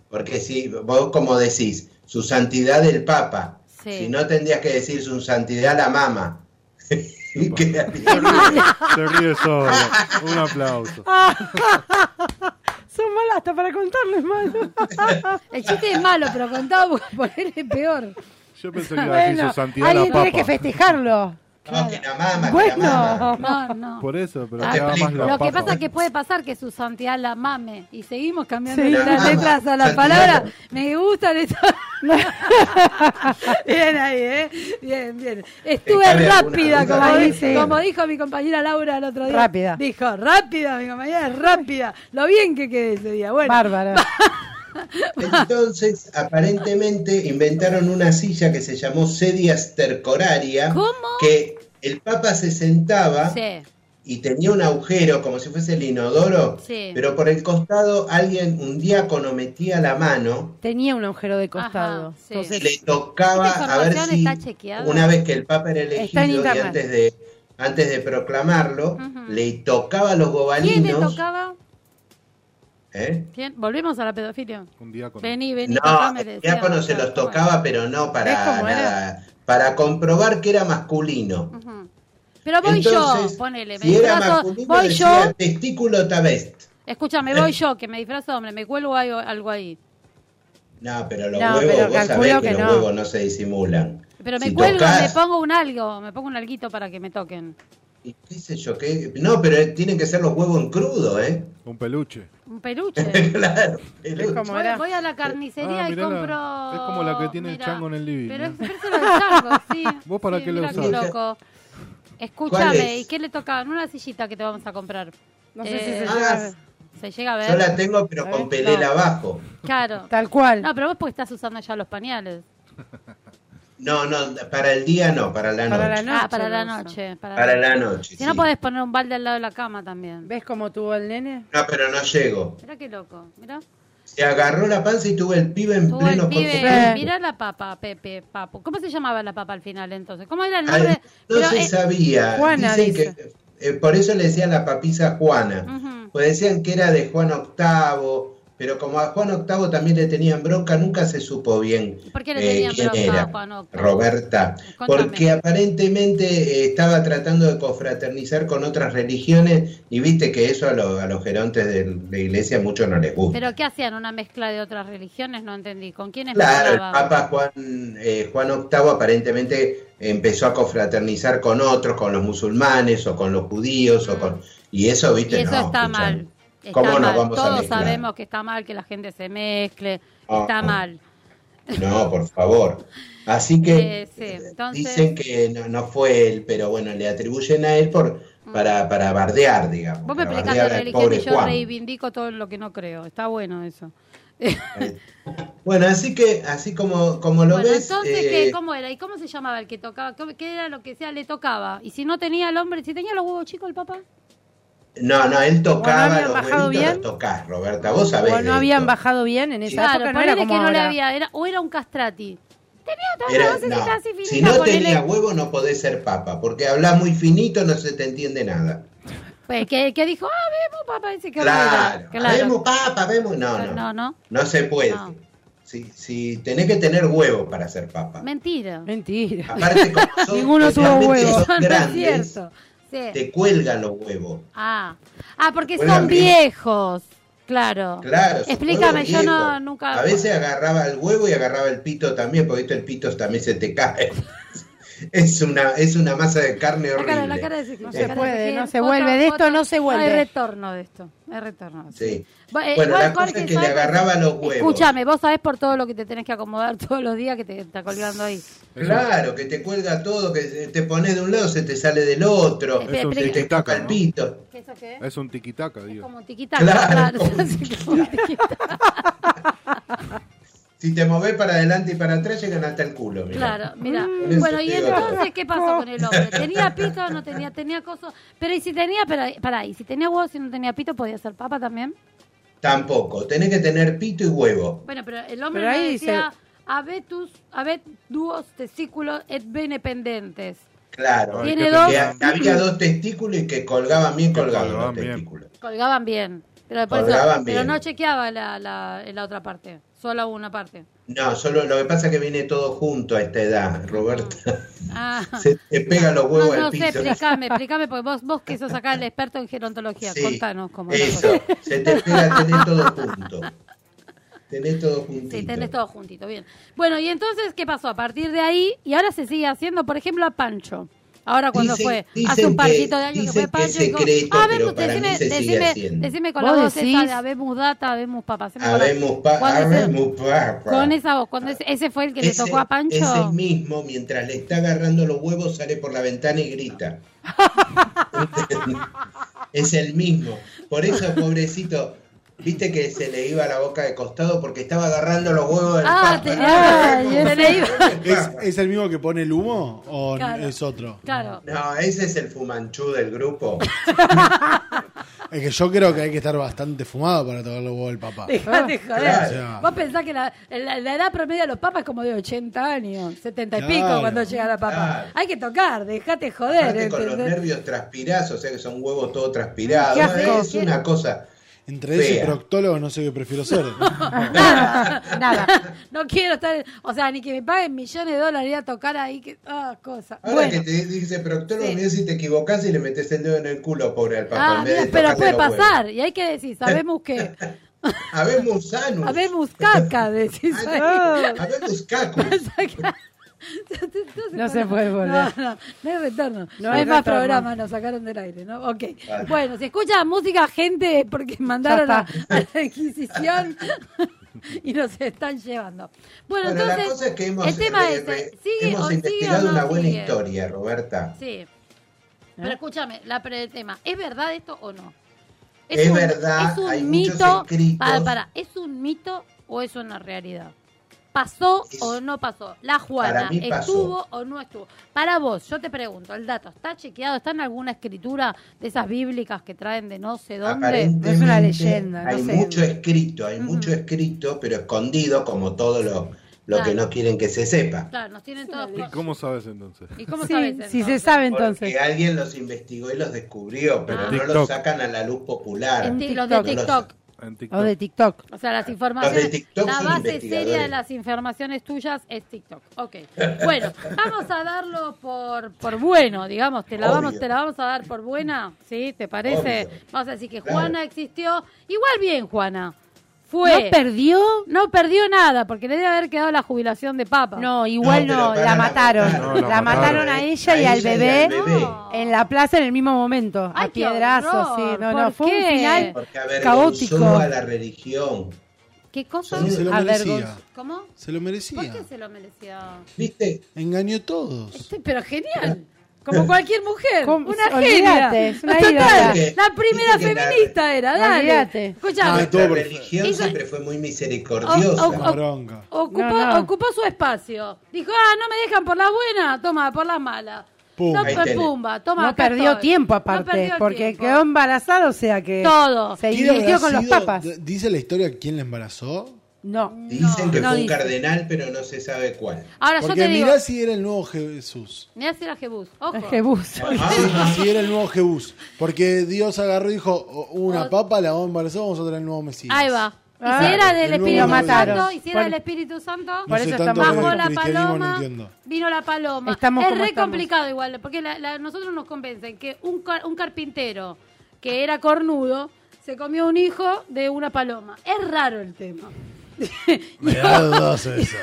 Speaker 6: Porque si vos como decís, su santidad el papa.
Speaker 2: Sí.
Speaker 6: Si no tendrías que decir su santidad la mama. Y quedaría-
Speaker 5: Se ríe, se ríe solo. Un aplauso.
Speaker 4: Son malas hasta para contarles, malo.
Speaker 2: El chiste es malo, pero contado por él es peor.
Speaker 5: Yo pensé que iba a decir
Speaker 4: Bueno,
Speaker 5: su santidad la
Speaker 4: alguien tiene que
Speaker 5: papa.
Speaker 4: festejarlo.
Speaker 6: no, que la mama, que la
Speaker 4: Bueno.
Speaker 6: mama.
Speaker 2: No, no.
Speaker 5: Por eso, pero
Speaker 2: Ah,
Speaker 5: quedaba más la
Speaker 2: Lo que
Speaker 5: papa.
Speaker 2: pasa es que puede pasar que su santidad la mame. Y seguimos cambiando
Speaker 4: Sí,
Speaker 2: las
Speaker 6: la
Speaker 2: letras
Speaker 6: mama.
Speaker 2: a las
Speaker 6: Santidad
Speaker 2: palabras.
Speaker 6: la-
Speaker 2: Me gustan estas. bien ahí, ¿eh? Bien, bien. Estuve
Speaker 6: Dejale alguna
Speaker 2: rápida,
Speaker 6: duda.
Speaker 2: como,
Speaker 4: Ahí
Speaker 2: di-
Speaker 4: sí.
Speaker 2: como dijo mi compañera Laura el otro día.
Speaker 4: Rápida.
Speaker 2: Dijo, rápida, mi compañera, rápida. Lo bien que quedé ese día. Bueno,
Speaker 4: Bárbara.
Speaker 6: Entonces, aparentemente inventaron una silla que se llamó sedia stercoraria,
Speaker 2: ¿Cómo?
Speaker 6: que el papa se sentaba
Speaker 2: sí.
Speaker 6: y tenía un agujero como si fuese el inodoro,
Speaker 2: Sí.
Speaker 6: pero por el costado alguien, un diácono metía la mano,
Speaker 4: Tenía un agujero de costado.
Speaker 2: Ajá, sí.
Speaker 4: Entonces,
Speaker 6: le tocaba
Speaker 2: ¿Esta
Speaker 6: a ver
Speaker 2: información
Speaker 6: si
Speaker 2: está chequeada?
Speaker 6: una vez que el Papa era
Speaker 4: Está en
Speaker 6: elegido y
Speaker 4: internet.
Speaker 6: antes de, antes de proclamarlo,
Speaker 2: Ujú.
Speaker 6: le tocaba los
Speaker 2: ¿Quién le
Speaker 6: gobalinos.
Speaker 2: tocaba?
Speaker 6: ¿eh?
Speaker 2: ¿Quién? Volvemos a la pedofilia.
Speaker 5: Un día con...
Speaker 2: Vení, vení.
Speaker 6: No,
Speaker 2: tocame,
Speaker 6: el
Speaker 2: decía,
Speaker 6: diácono se
Speaker 2: bueno,
Speaker 6: los tocaba, pero no para
Speaker 4: ¿Ves cómo era?
Speaker 6: nada, para comprobar que era masculino.
Speaker 2: Ujú. Pero voy
Speaker 6: Entonces,
Speaker 2: yo, ponele, me
Speaker 6: si era
Speaker 2: disfrazo,
Speaker 6: masculino,
Speaker 2: voy
Speaker 6: decía,
Speaker 2: yo,
Speaker 6: testículo tabest.
Speaker 2: escúchame, voy yo, que me disfrazo de hombre, me cuelgo algo, algo ahí.
Speaker 6: No, pero los
Speaker 4: No,
Speaker 6: huevos,
Speaker 4: pero
Speaker 6: vos
Speaker 4: calculo
Speaker 6: sabés que,
Speaker 4: que
Speaker 6: los
Speaker 4: no.
Speaker 6: huevos no se disimulan.
Speaker 2: Pero me
Speaker 6: Si
Speaker 2: cuelgo,
Speaker 6: tocás-
Speaker 2: me pongo un algo, me pongo un alguito para que me toquen.
Speaker 6: y ¿Qué sé yo? ¿qué? No, pero tienen que ser los huevos en crudo, ¿eh?
Speaker 5: Un peluche.
Speaker 2: Un peluche.
Speaker 6: claro.
Speaker 4: ¿ves cómo
Speaker 2: Voy,
Speaker 4: era?
Speaker 2: voy
Speaker 6: Eh,
Speaker 2: a la carnicería
Speaker 5: Ah,
Speaker 2: y
Speaker 5: mirá la-
Speaker 2: compro.
Speaker 5: es como la que tiene el chango en el living,
Speaker 2: Pero
Speaker 5: ¿eh?
Speaker 2: es pero es el chango, sí.
Speaker 5: ¿Vos para
Speaker 2: Sí,
Speaker 5: qué lo
Speaker 2: mirá
Speaker 5: usás?
Speaker 2: loco.
Speaker 6: ¿Cuál
Speaker 2: Escúchame,
Speaker 6: es?
Speaker 2: ¿y qué le tocaban? Una sillita que te vamos a comprar.
Speaker 4: no sé si
Speaker 2: Eh,
Speaker 4: se
Speaker 6: ah,
Speaker 4: llama.
Speaker 6: sí.
Speaker 2: Se llega a ver.
Speaker 6: Ah, Yo la tengo, pero con pelela
Speaker 2: No.
Speaker 6: abajo.
Speaker 2: Claro.
Speaker 4: Tal cual.
Speaker 2: No, pero vos porque estás usando ya los pañales.
Speaker 6: No, no, para el día no, para la
Speaker 4: Para la
Speaker 6: noche.
Speaker 4: noche
Speaker 2: ah, para la
Speaker 4: lo usa.
Speaker 2: noche. Para,
Speaker 6: Para la noche.
Speaker 2: Si no
Speaker 6: sí.
Speaker 2: podés poner un balde al lado de la cama también.
Speaker 4: ¿Ves cómo tuvo el nene?
Speaker 6: No, pero no llego.
Speaker 2: Mirá qué loco. Mirá.
Speaker 6: Se agarró la panza y tuve el pibe en
Speaker 2: Tuvo
Speaker 6: pleno
Speaker 2: el pibe.
Speaker 6: corte.
Speaker 2: Mirá la papa, Pepe, Papu. ¿Cómo se llamaba la papa al final entonces? ¿Cómo era el
Speaker 6: Ay,
Speaker 2: nombre?
Speaker 6: no
Speaker 2: Pero,
Speaker 6: se
Speaker 2: eh,
Speaker 6: sabía.
Speaker 4: Juana,
Speaker 6: Dicen
Speaker 4: dice.
Speaker 6: que, eh, por eso le decían la papisa Juana.
Speaker 2: Ujú.
Speaker 6: Pues decían que era de Juan VIII, pero como a Juan VIII también le tenían bronca, nunca se supo bien eh,
Speaker 2: ¿Por qué le tenían
Speaker 6: quién
Speaker 2: bronca a
Speaker 6: era
Speaker 2: Juan VIII?
Speaker 6: Roberta.
Speaker 2: Contame.
Speaker 6: Porque aparentemente eh, estaba tratando de confraternizar con otras religiones y viste que eso a, los- a los gerontes de la iglesia mucho no les gusta.
Speaker 2: ¿Pero qué hacían? ¿Una mezcla de otras religiones? No entendí. ¿Con quiénes
Speaker 6: Claro, el
Speaker 2: mezclaban?
Speaker 6: Papa Juan, eh, Juan VIII aparentemente empezó a confraternizar con otros, con los musulmanes o con los judíos o con... Y eso,
Speaker 2: Y
Speaker 6: viste,
Speaker 2: eso
Speaker 6: no,
Speaker 2: está
Speaker 6: escuchame.
Speaker 2: mal. Está
Speaker 6: ¿Cómo nos
Speaker 2: mal.
Speaker 6: vamos a
Speaker 2: Todos
Speaker 6: mezclar?
Speaker 2: sabemos que está mal que la gente se mezcle.
Speaker 6: Ah,
Speaker 2: está
Speaker 6: ah.
Speaker 2: mal.
Speaker 6: No, por favor. Así que
Speaker 2: Eh, sí, entonces-
Speaker 6: dicen que no, no fue él, pero bueno, le atribuyen a él por para, para bardear, digamos.
Speaker 2: Vos me
Speaker 6: para
Speaker 2: explicás
Speaker 6: bardear
Speaker 2: la
Speaker 6: al
Speaker 2: religión
Speaker 6: pobre
Speaker 2: y yo
Speaker 6: Juan.
Speaker 2: reivindico todo lo que no creo. Está bueno eso.
Speaker 6: Bueno, así que, así como, como lo
Speaker 2: bueno,
Speaker 6: ves,
Speaker 2: entonces,
Speaker 6: eh,
Speaker 2: ¿qué, ¿cómo era? ¿Y cómo se llamaba el que tocaba? ¿Cómo- ¿Qué era lo que sea le tocaba? Y si no tenía el hombre, si tenía los huevos chicos el papá.
Speaker 6: no, no, él
Speaker 4: ¿O no
Speaker 6: tocaba
Speaker 4: habían
Speaker 6: los
Speaker 4: bajado
Speaker 6: huevitos,
Speaker 4: bien?
Speaker 6: los tocás, Roberta, vos sabés.
Speaker 4: O
Speaker 6: de
Speaker 4: no habían
Speaker 6: esto.
Speaker 4: bajado bien en esa
Speaker 2: Claro,
Speaker 4: época, no
Speaker 2: ponele
Speaker 4: era como
Speaker 2: que no le
Speaker 4: ahora.
Speaker 2: había, era, o era un castrati. Tenía todas
Speaker 6: Era-
Speaker 2: las bases
Speaker 6: no.
Speaker 2: casi finitas,
Speaker 6: Si no
Speaker 2: ponele-
Speaker 6: tenía huevo no podés ser papa, porque hablas muy finito no se te entiende nada.
Speaker 2: Pues, que, que dijo, ah, vemos papá, dice que
Speaker 6: Claro,
Speaker 2: bueno, claro.
Speaker 6: vemos papa, vemos... No, no,
Speaker 2: No, no.
Speaker 6: No se puede.
Speaker 2: No.
Speaker 6: Si, si tenés que tener huevo para ser papa.
Speaker 2: Mentira.
Speaker 4: Mentira.
Speaker 6: Aparte, como son,
Speaker 4: Ninguno tuvo
Speaker 6: generalmente
Speaker 4: huevo.
Speaker 2: Eso no
Speaker 6: son
Speaker 2: es
Speaker 6: grandes,
Speaker 2: cierto. Sí.
Speaker 6: te cuelgan los huevos.
Speaker 2: Ah. ah, porque
Speaker 6: Juegan
Speaker 2: son
Speaker 6: bien.
Speaker 2: viejos. Claro.
Speaker 6: Claro, son
Speaker 2: Explícame,
Speaker 6: huevos
Speaker 2: yo no
Speaker 6: viejos.
Speaker 2: nunca.
Speaker 6: A veces agarraba el huevo y agarraba el pito también, porque viste, el pito también se te cae. es, una, es una masa de carne
Speaker 2: La
Speaker 6: horrible.
Speaker 2: cara, la cara de Ezequiel,
Speaker 6: No
Speaker 2: la
Speaker 6: se
Speaker 2: cara de
Speaker 4: puede,
Speaker 2: Ezequiel.
Speaker 4: no se vuelve, de esto no se vuelve.
Speaker 2: hay retorno de esto. Hay retorno. de esto.
Speaker 6: Sí.
Speaker 2: Bu- eh,
Speaker 6: Bueno,
Speaker 2: igual
Speaker 6: la cosa
Speaker 2: Jorge,
Speaker 6: es que
Speaker 2: ¿sabes
Speaker 6: le
Speaker 2: qué?
Speaker 6: agarraba los huevos.
Speaker 2: Escúchame, vos sabés por todo lo que te tenés que acomodar todos los días que te está colgando ahí.
Speaker 6: Claro, que te cuelga todo, que te pones de un lado, se te sale del otro,
Speaker 2: Espe-
Speaker 5: Es un
Speaker 2: explica.
Speaker 6: se te toca
Speaker 5: tiquitaca,
Speaker 6: el
Speaker 5: ¿no?
Speaker 6: pito.
Speaker 2: ¿Qué eso qué es?
Speaker 5: Es un tiquitaca, digo.
Speaker 2: Como tiquita.
Speaker 6: Claro,
Speaker 2: Claro.
Speaker 6: como un
Speaker 2: Como tiquitaca,
Speaker 6: Si te moves para adelante y para atrás, llegan hasta el culo. mirá.
Speaker 2: Claro, mira.
Speaker 6: eso
Speaker 2: Bueno, y
Speaker 6: te digo todo.
Speaker 2: entonces, ¿qué pasó con el hombre? ¿Tenía pito o no tenía? ¿Tenía coso? Pero, ¿y si tenía, para, para, y si tenía huevos y no tenía pito, podía ser papa también?
Speaker 6: Tampoco, tenés que tener pito y huevo.
Speaker 2: Bueno, pero el hombre
Speaker 4: Pero
Speaker 2: le
Speaker 4: ahí
Speaker 2: decía, habetus, habet duos testículos et bene pendentes.
Speaker 6: Claro.
Speaker 5: Ay,
Speaker 2: Tiene
Speaker 5: qué
Speaker 2: dos-
Speaker 6: Que
Speaker 5: pena.
Speaker 6: había dos testículos y que colgaban bien
Speaker 5: Que
Speaker 6: colgados
Speaker 5: colgaban
Speaker 6: los
Speaker 5: bien.
Speaker 6: testículos.
Speaker 2: Colgaban bien. Pero, por eso-
Speaker 6: Colgaban
Speaker 2: pero
Speaker 6: bien.
Speaker 2: no chequeaba la, la, la otra parte, solo una parte.
Speaker 6: No, solo lo que pasa es que viene todo junto a esta edad, Roberta.
Speaker 2: Ah.
Speaker 6: Se te pegan los
Speaker 2: No,
Speaker 6: huevos
Speaker 2: no
Speaker 6: al
Speaker 2: sé,
Speaker 6: piso.
Speaker 2: explícame, explícame, porque vos, vos que sos acá el experto en gerontología,
Speaker 6: Sí,
Speaker 2: contanos cómo es la
Speaker 6: Eso,
Speaker 2: cosa.
Speaker 6: se te pega tener todo junto. Tenés todo juntito.
Speaker 2: Sí, tenés todo juntito, bien. Bueno, y entonces, ¿qué pasó? A partir de ahí, y ahora se sigue haciendo, por ejemplo, a Pancho. Ahora cuando
Speaker 6: Dicen-
Speaker 2: fue,
Speaker 6: dicen
Speaker 2: hace un
Speaker 6: que-
Speaker 2: parcito de años que
Speaker 6: dicen
Speaker 2: fue
Speaker 6: que
Speaker 2: Pancho
Speaker 6: es
Speaker 2: y dijo,
Speaker 6: secreto,
Speaker 2: "Ah,
Speaker 6: pero
Speaker 2: Venus,
Speaker 6: para mí
Speaker 2: decime,
Speaker 6: se sigue
Speaker 2: decime,
Speaker 6: haciendo".
Speaker 2: decime con la
Speaker 4: ¿Vos
Speaker 2: voz esa
Speaker 4: decís?
Speaker 2: de habemos data, habemos papá. haceme con la-
Speaker 6: Habemos pa,
Speaker 2: cuando ese-
Speaker 6: habemos pa- pa.
Speaker 2: Con esa voz, cuando ese, ese fue el que
Speaker 6: Ese-
Speaker 2: le tocó a Pancho.
Speaker 6: Ese mismo, mientras le está agarrando los huevos, sale por la ventana y grita. es el mismo. Por eso, pobrecito, Viste que se le iba la boca de costado porque estaba agarrando los huevos del
Speaker 2: Ah,
Speaker 6: Papa.
Speaker 2: tenía.
Speaker 6: Como-
Speaker 2: se le iba-
Speaker 7: ¿Es, es el mismo que pone el humo o n-
Speaker 2: Claro.
Speaker 7: es otro?
Speaker 2: Claro.
Speaker 6: No, ese es el fumanchú del grupo.
Speaker 7: Es que yo creo que hay que estar bastante fumado para tocar los huevos del papá.
Speaker 4: Ah,
Speaker 2: Dejate joder.
Speaker 6: Ah.
Speaker 7: Claro.
Speaker 2: Vos pensás que la, la- la edad promedio de los papas es como de 80 años, 70 y pico
Speaker 7: Claro.
Speaker 2: cuando llega la papa.
Speaker 6: Claro.
Speaker 2: Hay que tocar, dejate joder.
Speaker 6: Aparte con los
Speaker 2: ¿entendés?
Speaker 6: nervios transpirás, o sea que son huevos todos transpirados.
Speaker 4: Qué asco.
Speaker 6: Es una cosa.
Speaker 7: Entre ese
Speaker 6: Fea.
Speaker 7: proctólogo no sé qué prefiero ser.
Speaker 4: Ah.
Speaker 2: Nada, nada. No quiero estar. O sea, ni que me paguen millones de dólares ir a tocar ahí. Que, ah, cosa.
Speaker 6: Ahora
Speaker 2: Bueno.
Speaker 6: que te dice proctólogo, mirá si te equivocás y le metes el dedo en el culo, pobre al papá.
Speaker 2: Ah,
Speaker 6: en vez de
Speaker 2: mira, pero
Speaker 6: tocarle
Speaker 2: puede
Speaker 6: los huevos.
Speaker 2: pasar. Y hay que decir, sabemos que.
Speaker 6: Habemos sanus.
Speaker 2: Habemos caca, decís. ahí.
Speaker 4: Oh,
Speaker 6: Habemos cacus.
Speaker 4: No se puede volver.
Speaker 2: No, no, no hay retorno. No,
Speaker 4: No
Speaker 2: hay
Speaker 4: hay
Speaker 2: más
Speaker 4: retorno.
Speaker 2: programa, nos sacaron del aire, ¿no? Ok.
Speaker 6: Vale.
Speaker 2: Bueno, si escucha música, gente, porque mandaron a,
Speaker 4: está.
Speaker 2: a la Inquisición y nos están llevando. Bueno,
Speaker 6: Bueno,
Speaker 2: entonces,
Speaker 6: la cosa es que hemos,
Speaker 2: el tema
Speaker 6: re-
Speaker 2: es,
Speaker 6: re-
Speaker 2: eh, ¿sigue o
Speaker 6: hemos
Speaker 2: sigue
Speaker 6: investigado
Speaker 2: o no
Speaker 6: una buena
Speaker 2: sigue?
Speaker 6: historia, Roberta.
Speaker 4: ¿Eh?
Speaker 2: Sí. Pero escúchame, la pre tema, ¿es verdad esto o no?
Speaker 6: Es verdad,
Speaker 2: es un
Speaker 6: hay muchos
Speaker 2: mito.
Speaker 6: escritos.
Speaker 2: Para, para, ¿es un mito o es una realidad? ¿Pasó
Speaker 6: Es-
Speaker 2: o no pasó? La Juana,
Speaker 6: Para mí pasó.
Speaker 2: ¿estuvo o no estuvo? Para vos, yo te pregunto, el dato, ¿está chequeado? ¿Está en alguna escritura de esas bíblicas que traen de no sé dónde?
Speaker 6: Aparentemente
Speaker 4: Es una leyenda, no
Speaker 6: hay
Speaker 4: sé.
Speaker 6: mucho escrito, hay mucho escrito, pero escondido, como todo lo, lo que
Speaker 2: Claro.
Speaker 6: no quieren que se sepa.
Speaker 2: Claro, nos tienen todos.
Speaker 5: ¿Y cómo sabes entonces?
Speaker 2: ¿Y cómo
Speaker 4: Sí,
Speaker 2: sabes
Speaker 4: si se
Speaker 2: entonces?
Speaker 4: sabe entonces.
Speaker 6: Porque alguien los investigó y los descubrió, pero
Speaker 2: Ah.
Speaker 6: no los
Speaker 5: TikTok.
Speaker 6: sacan a la luz popular.
Speaker 2: En ti- Los de
Speaker 6: No lo sé.
Speaker 2: TikTok.
Speaker 5: En
Speaker 4: O
Speaker 5: TikTok.
Speaker 4: de TikTok.
Speaker 2: O sea, las informaciones.
Speaker 6: Los de TikTok
Speaker 2: la
Speaker 6: son
Speaker 2: base
Speaker 6: investigadores.
Speaker 2: seria de las informaciones tuyas es TikTok. Ok. Bueno, vamos a darlo por, por bueno, digamos. Te la, vamos,
Speaker 6: Obvio.
Speaker 2: te la vamos a dar por buena. ¿Sí? ¿Te parece?
Speaker 6: Obvio.
Speaker 2: Vamos a decir que
Speaker 6: Claro.
Speaker 2: Juana existió. Igual bien, Juana. Fue.
Speaker 4: ¿No perdió?
Speaker 2: No perdió nada, porque le debe haber quedado la jubilación de papa.
Speaker 4: No, igual
Speaker 6: No,
Speaker 4: no, la
Speaker 6: pero para, la
Speaker 4: mataron.
Speaker 6: mataron.
Speaker 5: No, la
Speaker 4: la mataron
Speaker 5: mataron.
Speaker 4: a ella y al bebé en la plaza en el mismo momento.
Speaker 2: Ay,
Speaker 4: a
Speaker 2: qué
Speaker 4: piedrazos, sí.
Speaker 2: horror,
Speaker 4: No,
Speaker 2: ¿por
Speaker 4: no, fue
Speaker 2: qué?
Speaker 4: un final
Speaker 6: Porque avergonzó
Speaker 4: caótico.
Speaker 6: a la religión.
Speaker 2: ¿Qué cosa?
Speaker 7: Sí, se lo merecía.
Speaker 4: Avergonz-
Speaker 2: ¿Cómo?
Speaker 7: Se lo
Speaker 2: ¿Por qué
Speaker 7: merecía.
Speaker 2: se lo mereció?
Speaker 6: ¿Viste?
Speaker 7: Engañó a todos.
Speaker 2: Este, pero genial. Como cualquier mujer.
Speaker 4: ¿Cómo?
Speaker 2: Una
Speaker 4: Olvídate,
Speaker 2: genia.
Speaker 4: es una
Speaker 2: Total,
Speaker 4: ídola.
Speaker 2: La primera
Speaker 6: Dice que la-
Speaker 2: feminista era, dale.
Speaker 4: Olvídate.
Speaker 2: Escuchá,
Speaker 7: Ah,
Speaker 6: La
Speaker 7: todo por-
Speaker 6: religión
Speaker 2: Eso-
Speaker 6: siempre fue muy misericordiosa.
Speaker 2: Oh,
Speaker 7: La
Speaker 2: oh,
Speaker 7: bronca.
Speaker 2: ocupó,
Speaker 4: No, no.
Speaker 2: ocupó su espacio. Dijo, ah, no me dejan por la buena, toma, por las malas.
Speaker 7: Pum.
Speaker 2: No,
Speaker 7: Ahí
Speaker 2: pues,
Speaker 6: tenés.
Speaker 2: pumba, toma.
Speaker 4: no
Speaker 2: acá
Speaker 4: perdió
Speaker 2: estoy.
Speaker 4: tiempo
Speaker 2: No
Speaker 4: aparte,
Speaker 2: perdió
Speaker 4: porque
Speaker 2: tiempo.
Speaker 4: quedó embarazada, o sea que
Speaker 2: Todo.
Speaker 4: se
Speaker 7: ¿Quién habrá
Speaker 4: divirtió con los
Speaker 7: sido-
Speaker 4: papas.
Speaker 7: d- ¿Dice la historia quién la embarazó?
Speaker 4: No.
Speaker 6: Dicen que
Speaker 4: no
Speaker 6: fue un
Speaker 4: dice.
Speaker 6: cardenal, pero no se sabe cuál.
Speaker 2: Ahora yo
Speaker 7: Porque
Speaker 2: te digo,
Speaker 7: mirá si era el nuevo Jesús.
Speaker 2: mirá si era Jebus, ojo.
Speaker 4: Jebus.
Speaker 6: Ah,
Speaker 7: Si era el nuevo Jebús. Porque Dios agarró y dijo, "O- una
Speaker 2: O-
Speaker 7: papa la vamos a embarazar, vamos a traer el nuevo Mesías.
Speaker 2: Ah. Ahí va. Y si
Speaker 4: Ah,
Speaker 2: era del
Speaker 7: de nuevo
Speaker 2: Espíritu
Speaker 7: lo mataron.
Speaker 2: Santo, y si era
Speaker 4: Por-
Speaker 2: del Espíritu Santo,
Speaker 7: No
Speaker 4: Por
Speaker 7: sé
Speaker 4: eso
Speaker 7: tanto
Speaker 4: estamos-
Speaker 2: Bajó
Speaker 7: de
Speaker 2: la
Speaker 7: cristianismo, no
Speaker 2: paloma,
Speaker 7: entiendo.
Speaker 2: vino la paloma.
Speaker 4: Estamos
Speaker 2: es
Speaker 4: como
Speaker 2: re
Speaker 4: estamos.
Speaker 2: complicado igual, porque la- la- nosotros nos convencen que un, car- un carpintero que era cornudo se comió un hijo de una paloma. Es raro el tema.
Speaker 7: Me da dudas eso.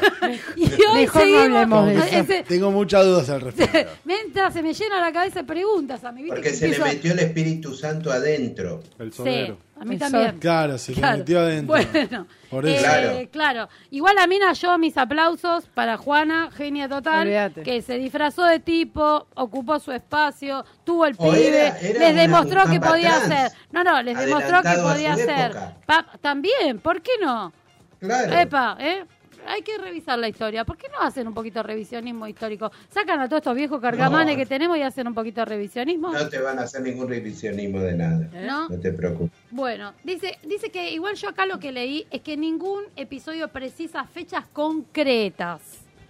Speaker 2: Y hoy
Speaker 4: Mejor no
Speaker 2: seguimos-
Speaker 4: hablemos de eso.
Speaker 2: ese-
Speaker 7: Tengo muchas dudas al respecto.
Speaker 2: mientras se me llena la cabeza de preguntas a mí. ¿viste?
Speaker 6: Porque
Speaker 2: que
Speaker 6: se le
Speaker 2: empiezo-
Speaker 6: metió el Espíritu Santo adentro.
Speaker 5: El
Speaker 2: Sí,
Speaker 5: sonero.
Speaker 2: a mí
Speaker 4: El
Speaker 2: también.
Speaker 4: sol.
Speaker 7: Claro, se
Speaker 2: Claro.
Speaker 7: le metió adentro.
Speaker 2: Bueno,
Speaker 7: Por eso.
Speaker 2: eh, claro.
Speaker 6: Claro.
Speaker 2: Igual a Mina, yo mis aplausos para Juana, genia total,
Speaker 4: Olvídate.
Speaker 2: que se disfrazó de tipo, ocupó su espacio, tuvo el
Speaker 6: O
Speaker 2: pibe,
Speaker 6: era- era
Speaker 2: les
Speaker 6: una-
Speaker 2: demostró
Speaker 6: un
Speaker 2: que
Speaker 6: papa
Speaker 2: podía
Speaker 6: trans,
Speaker 2: hacer. No, no, les demostró que
Speaker 6: adelantado a
Speaker 2: podía
Speaker 6: su
Speaker 2: hacer.
Speaker 6: época.
Speaker 2: Pa- También, ¿por qué no?
Speaker 6: Claro.
Speaker 2: Epa, ¿eh? Hay que revisar la historia. ¿Por qué no hacen un poquito de revisionismo histórico? Sacan a todos estos viejos cargamanes
Speaker 6: No.
Speaker 2: que tenemos y hacen un poquito de revisionismo. ¿Eh?
Speaker 6: No te van a hacer ningún revisionismo de nada.
Speaker 4: Ah.
Speaker 2: ¿No?
Speaker 6: No te preocupes.
Speaker 2: Bueno, dice, dice que igual yo acá lo que leí es que ningún episodio precisa fechas concretas.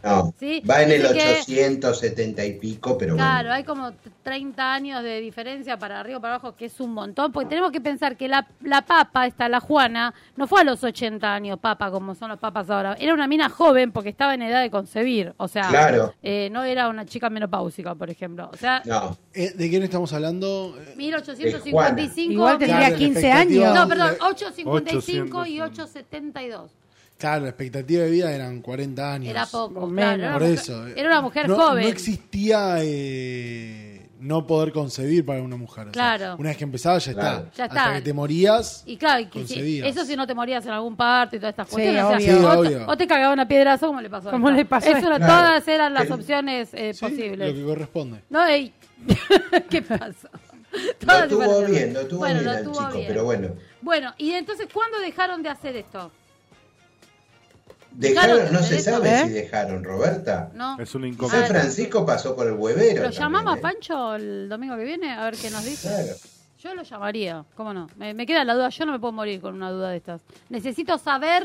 Speaker 6: No.
Speaker 2: Sí,
Speaker 6: Va en el
Speaker 2: dice que-
Speaker 6: 870 y pico, pero
Speaker 2: Claro,
Speaker 6: bueno.
Speaker 2: hay como t- 30 años de diferencia para arriba o para abajo, que es un montón, porque tenemos que pensar que la, la papa, esta la Juana, no fue a los 80 años papa como son los papas ahora. Era una mina joven porque estaba en edad de concebir. O sea,
Speaker 6: Claro.
Speaker 2: eh, no era una chica menopáusica, por ejemplo. O sea,
Speaker 6: No.
Speaker 7: Eh, ¿De quién estamos hablando? Eh,
Speaker 2: 1855.
Speaker 4: Igual
Speaker 7: Claro,
Speaker 4: tendría
Speaker 7: la
Speaker 4: 15
Speaker 7: expectativa-
Speaker 4: años.
Speaker 2: No, perdón, 855 y
Speaker 5: 855.
Speaker 2: 872.
Speaker 7: Claro, la expectativa de vida eran 40 años.
Speaker 2: Era poco,
Speaker 4: O
Speaker 2: claro,
Speaker 4: menos.
Speaker 2: era,
Speaker 7: Por
Speaker 2: una mujer-
Speaker 7: eso. eh,
Speaker 2: era una mujer
Speaker 7: no-
Speaker 2: joven.
Speaker 7: No existía eh, no poder concebir para una mujer. o sea,
Speaker 2: Claro.
Speaker 7: una vez que empezaba ya está.
Speaker 6: Claro.
Speaker 2: Ya
Speaker 7: Hasta
Speaker 2: está.
Speaker 7: que te morías.
Speaker 2: Y claro, y que si-
Speaker 7: concebías.
Speaker 2: eso si no te morías en algún parto y todas estas
Speaker 4: Sí,
Speaker 2: cuestiones. o, sea,
Speaker 4: obvio.
Speaker 7: Sí,
Speaker 2: o te-
Speaker 7: obvio.
Speaker 2: o te cagaban a piedrazo como le pasó. a
Speaker 4: Como
Speaker 2: esta.
Speaker 4: le pasó a
Speaker 2: Eso era-
Speaker 6: esta. Claro.
Speaker 2: Todas eran las
Speaker 6: El-
Speaker 2: opciones eh,
Speaker 7: Sí, Lo
Speaker 2: posibles.
Speaker 7: que corresponde.
Speaker 2: No, ey. ¿Qué pasó?
Speaker 6: Lo
Speaker 2: Todas
Speaker 6: tuvo
Speaker 2: divertidas.
Speaker 6: bien, lo tuvo
Speaker 2: Bueno,
Speaker 6: bien
Speaker 2: lo
Speaker 6: al
Speaker 2: tuvo
Speaker 6: chico,
Speaker 2: bien.
Speaker 6: pero bueno.
Speaker 2: Bueno, y entonces, ¿cuándo dejaron de hacer esto? Claro,
Speaker 6: Dejaron, no se
Speaker 2: derecho,
Speaker 6: sabe
Speaker 4: ¿eh?
Speaker 6: si dejaron, Roberta.
Speaker 2: ¿No?
Speaker 5: Es un
Speaker 6: Quizás
Speaker 2: Claro.
Speaker 5: incógnito.
Speaker 6: Francisco pasó por el huevero.
Speaker 2: ¿Lo
Speaker 6: también,
Speaker 2: llamamos
Speaker 6: ¿eh?
Speaker 2: a Pancho el domingo que viene? A ver qué nos dice.
Speaker 6: Claro.
Speaker 2: Yo lo llamaría, ¿cómo no? Me, me queda la duda, yo no me puedo morir con una duda de estas. Necesito saber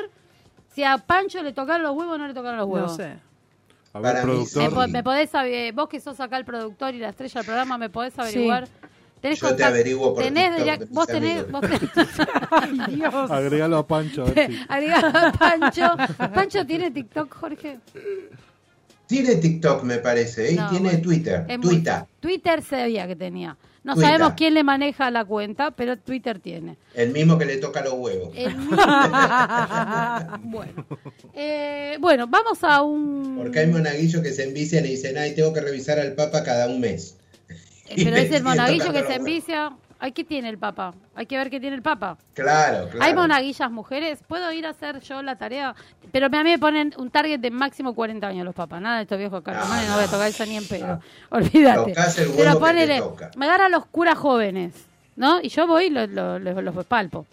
Speaker 2: si a Pancho le tocaron los huevos o no le tocaron los huevos.
Speaker 4: No sé.
Speaker 5: A
Speaker 6: Para
Speaker 5: ver,
Speaker 6: mí
Speaker 2: ¿Me,
Speaker 6: sí.
Speaker 5: productor.
Speaker 2: po- me podés aver- vos que sos acá el productor y la estrella del programa, me podés averiguar? ¿Tenés
Speaker 6: Yo te averiguo por
Speaker 2: tenés
Speaker 6: TikTok
Speaker 2: direct-
Speaker 6: de mis
Speaker 2: vos tenés,
Speaker 6: amigos.
Speaker 2: vos tenés
Speaker 4: Ay, Dios.
Speaker 5: Agregalo a Pancho. A ver si-
Speaker 2: agregá a Pancho. Pancho tiene TikTok, Jorge.
Speaker 6: Tiene TikTok, me parece, ¿eh? y
Speaker 2: No,
Speaker 6: tiene
Speaker 2: bueno.
Speaker 6: Twitter.
Speaker 2: Es muy-
Speaker 6: Twitter.
Speaker 2: Twitter sabía que tenía. No
Speaker 6: Twitter.
Speaker 2: sabemos quién le maneja la cuenta, pero Twitter tiene.
Speaker 6: El mismo que le toca los huevos.
Speaker 2: El mismo. bueno. Eh, bueno, vamos a un.
Speaker 6: Porque hay monaguillos que se envician y dicen, ay, tengo que revisar al Papa cada un mes.
Speaker 2: Eh, Pero es el monaguillo que
Speaker 6: Tocando
Speaker 2: se
Speaker 6: los
Speaker 2: envicia. Ay, ¿qué tiene el papa? Hay que ver qué tiene el papa.
Speaker 6: Claro, claro.
Speaker 2: Hay monaguillas mujeres. ¿Puedo ir a hacer yo la tarea? Pero a mí me ponen un target de máximo 40 años los papas. Nada de estos viejos carromanes. No,
Speaker 6: No,
Speaker 2: voy a
Speaker 6: no.
Speaker 2: tocar eso ni en pedo.
Speaker 6: No.
Speaker 2: Olvídate.
Speaker 6: Tocás el huevo que
Speaker 2: Pero
Speaker 6: te
Speaker 2: ponele,
Speaker 6: toca.
Speaker 2: me agarran los curas jóvenes, ¿no? Y yo voy y lo- lo- lo- los palpo.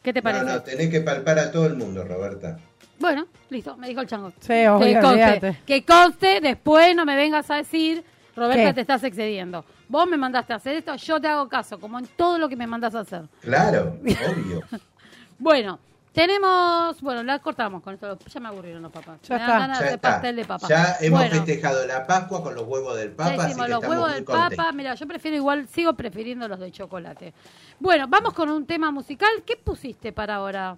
Speaker 2: ¿Qué te parece?
Speaker 6: No, no, tenés que palpar a todo el mundo, Roberta.
Speaker 2: Bueno, listo, me dijo el chango.
Speaker 4: Sí, obvio,
Speaker 2: que, conste,
Speaker 4: olvídate.
Speaker 2: que conste, después no me vengas a decir, Roberta,
Speaker 4: ¿Qué?
Speaker 2: te estás excediendo. Vos me mandaste a hacer esto, yo te hago caso, como en todo lo que me mandas a hacer.
Speaker 6: Claro, obvio.
Speaker 2: Bueno, tenemos, bueno, la cortamos con esto, ya me aburrieron los papás.
Speaker 4: Ya
Speaker 2: me dan
Speaker 4: está.
Speaker 2: ganas
Speaker 6: Ya
Speaker 2: de
Speaker 6: está.
Speaker 2: pastel de papa.
Speaker 6: Ya hemos
Speaker 2: Bueno,
Speaker 6: festejado la Pascua con los huevos del
Speaker 2: ya
Speaker 6: Papa, así
Speaker 2: hicimos
Speaker 6: que
Speaker 2: los
Speaker 6: estamos
Speaker 2: huevos
Speaker 6: muy
Speaker 2: del
Speaker 6: contentos.
Speaker 2: papa, mira, yo prefiero igual, sigo prefiriendo los de chocolate. Bueno, vamos con un tema musical, ¿qué pusiste para ahora?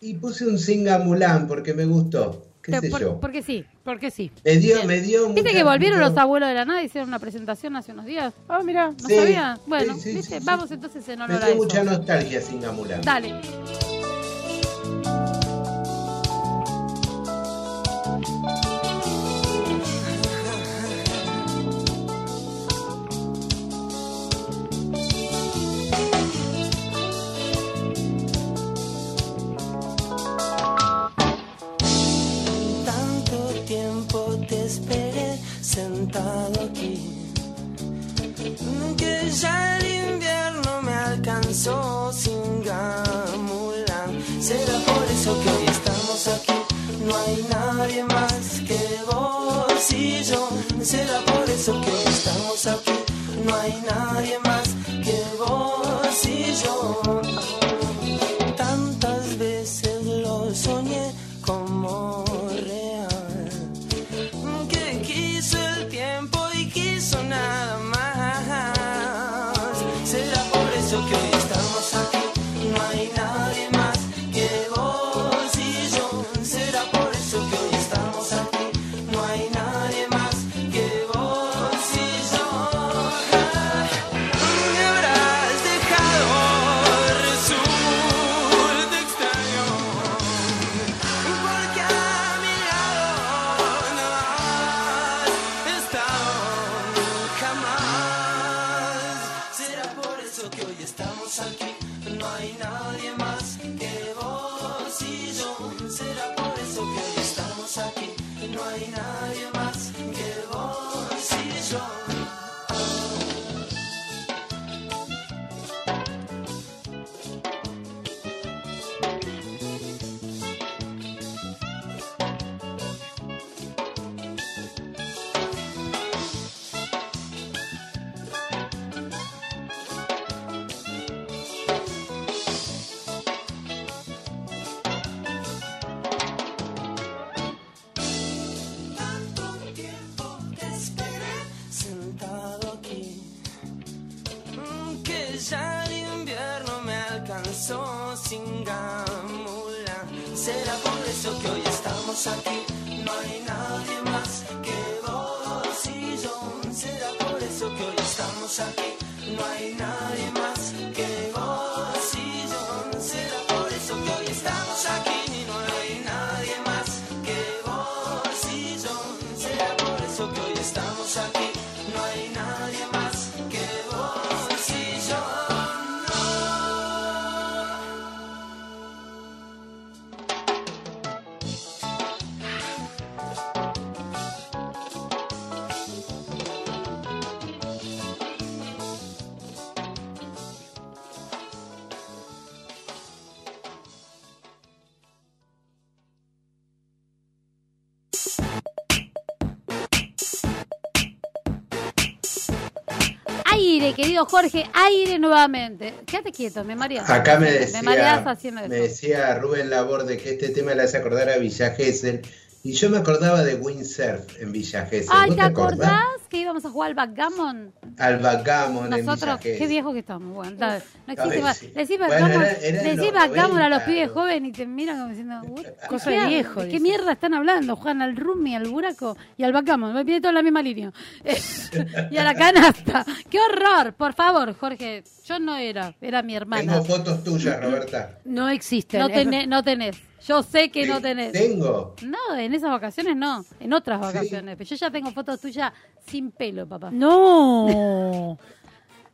Speaker 6: Y puse un Singa Mulán porque me gustó. ¿Qué
Speaker 2: Te-
Speaker 6: sé
Speaker 2: por-
Speaker 6: yo?
Speaker 2: Porque sí, porque sí.
Speaker 6: Me dio, me dio
Speaker 2: ¿Viste
Speaker 6: mucha-
Speaker 2: que volvieron los
Speaker 6: mucha-
Speaker 2: abuelos de la nada? Hicieron una presentación hace unos días.
Speaker 4: Ah, mira.
Speaker 2: ¿No
Speaker 6: Sí,
Speaker 2: sabían?
Speaker 6: sí,
Speaker 2: Bueno,
Speaker 6: sí,
Speaker 2: ¿viste?
Speaker 6: sí, sí.
Speaker 2: Vamos entonces en
Speaker 6: Me
Speaker 2: honor a
Speaker 6: dio mucha
Speaker 2: eso.
Speaker 6: nostalgia Singa Mulán.
Speaker 2: Dale.
Speaker 9: Tanto tiempo te esperé sentado aquí que ya el invierno me alcanzó sin gamulan. Será por eso que hoy estamos aquí, no hay nadie más que vos y yo. Será por eso que hoy estamos aquí, no hay nadie más que vos y yo. Tantas veces lo soñé como real que quiso el tiempo y quiso nada más. Será por eso que hoy estamos aquí, no hay nadie más que vos y yo. Será por eso que hoy estamos aquí, no hay nadie más que vos y yo. Me habrás dejado, resulta extraño. Porque a mi lado no has estado jamás. Será por eso que hoy estamos aquí. No hay nadie más que vos y yo. Será por eso que hoy estamos aquí. No hay nadie más que vos y yo. tanto tiempo te esperé sentado aquí Mm, que ya el invierno me alcanzó sin gamula será por eso que hoy estamos aquí no hay nadie más que vos y yo será por eso que hoy estamos aquí no hay nadie más que vos y yo será por eso que hoy estamos aquí y no hay nadie más que vos y yo será por eso que hoy estamos aquí no hay nadie más que vos y yo
Speaker 2: Bueno, Aire, querido Jorge, aire nuevamente. Quédate quieto, me mareas.
Speaker 6: Acá me
Speaker 2: Me mareas
Speaker 6: decía,
Speaker 2: haciendo
Speaker 6: me
Speaker 2: eso.
Speaker 6: decía Rubén Laborde que este tema le hace acordar a Villa Gesell. Y yo me acordaba de windsurf en Villa Gesell.
Speaker 2: Ay,
Speaker 6: ¿Vos
Speaker 2: ¿te acordás que íbamos a jugar al backgammon?
Speaker 6: Al backgammon en Villa
Speaker 2: Nosotros,
Speaker 6: Gesell.
Speaker 2: qué viejos que estamos, bueno, dale, no
Speaker 6: Ay,
Speaker 2: existe más.
Speaker 6: sí.
Speaker 2: Le decís
Speaker 6: Bueno,
Speaker 2: backgammon,
Speaker 6: era- era
Speaker 2: le
Speaker 6: en
Speaker 2: decís
Speaker 6: los
Speaker 2: backgammon a los
Speaker 6: 90.
Speaker 2: pibes jóvenes y te miran como diciendo, "Uy,
Speaker 4: Cosa
Speaker 2: ¿qué
Speaker 4: de
Speaker 2: ha-
Speaker 4: viejo",
Speaker 2: ¿De qué
Speaker 4: dice.
Speaker 2: mierda están hablando? Juegan al rummy, al buraco y al backgammon, me pide toda la misma línea. y a la canasta. ¡Qué horror! Por favor, Jorge, yo no era, era mi hermana.
Speaker 6: Tengo fotos tuyas, Roberta.
Speaker 4: No existe.
Speaker 2: No tenés, no tenés. Yo sé que no tenés.
Speaker 6: Tengo.
Speaker 2: No, en esas vacaciones no, en otras vacaciones. Pero yo ya tengo fotos tuyas sin pelo, papá.
Speaker 4: No.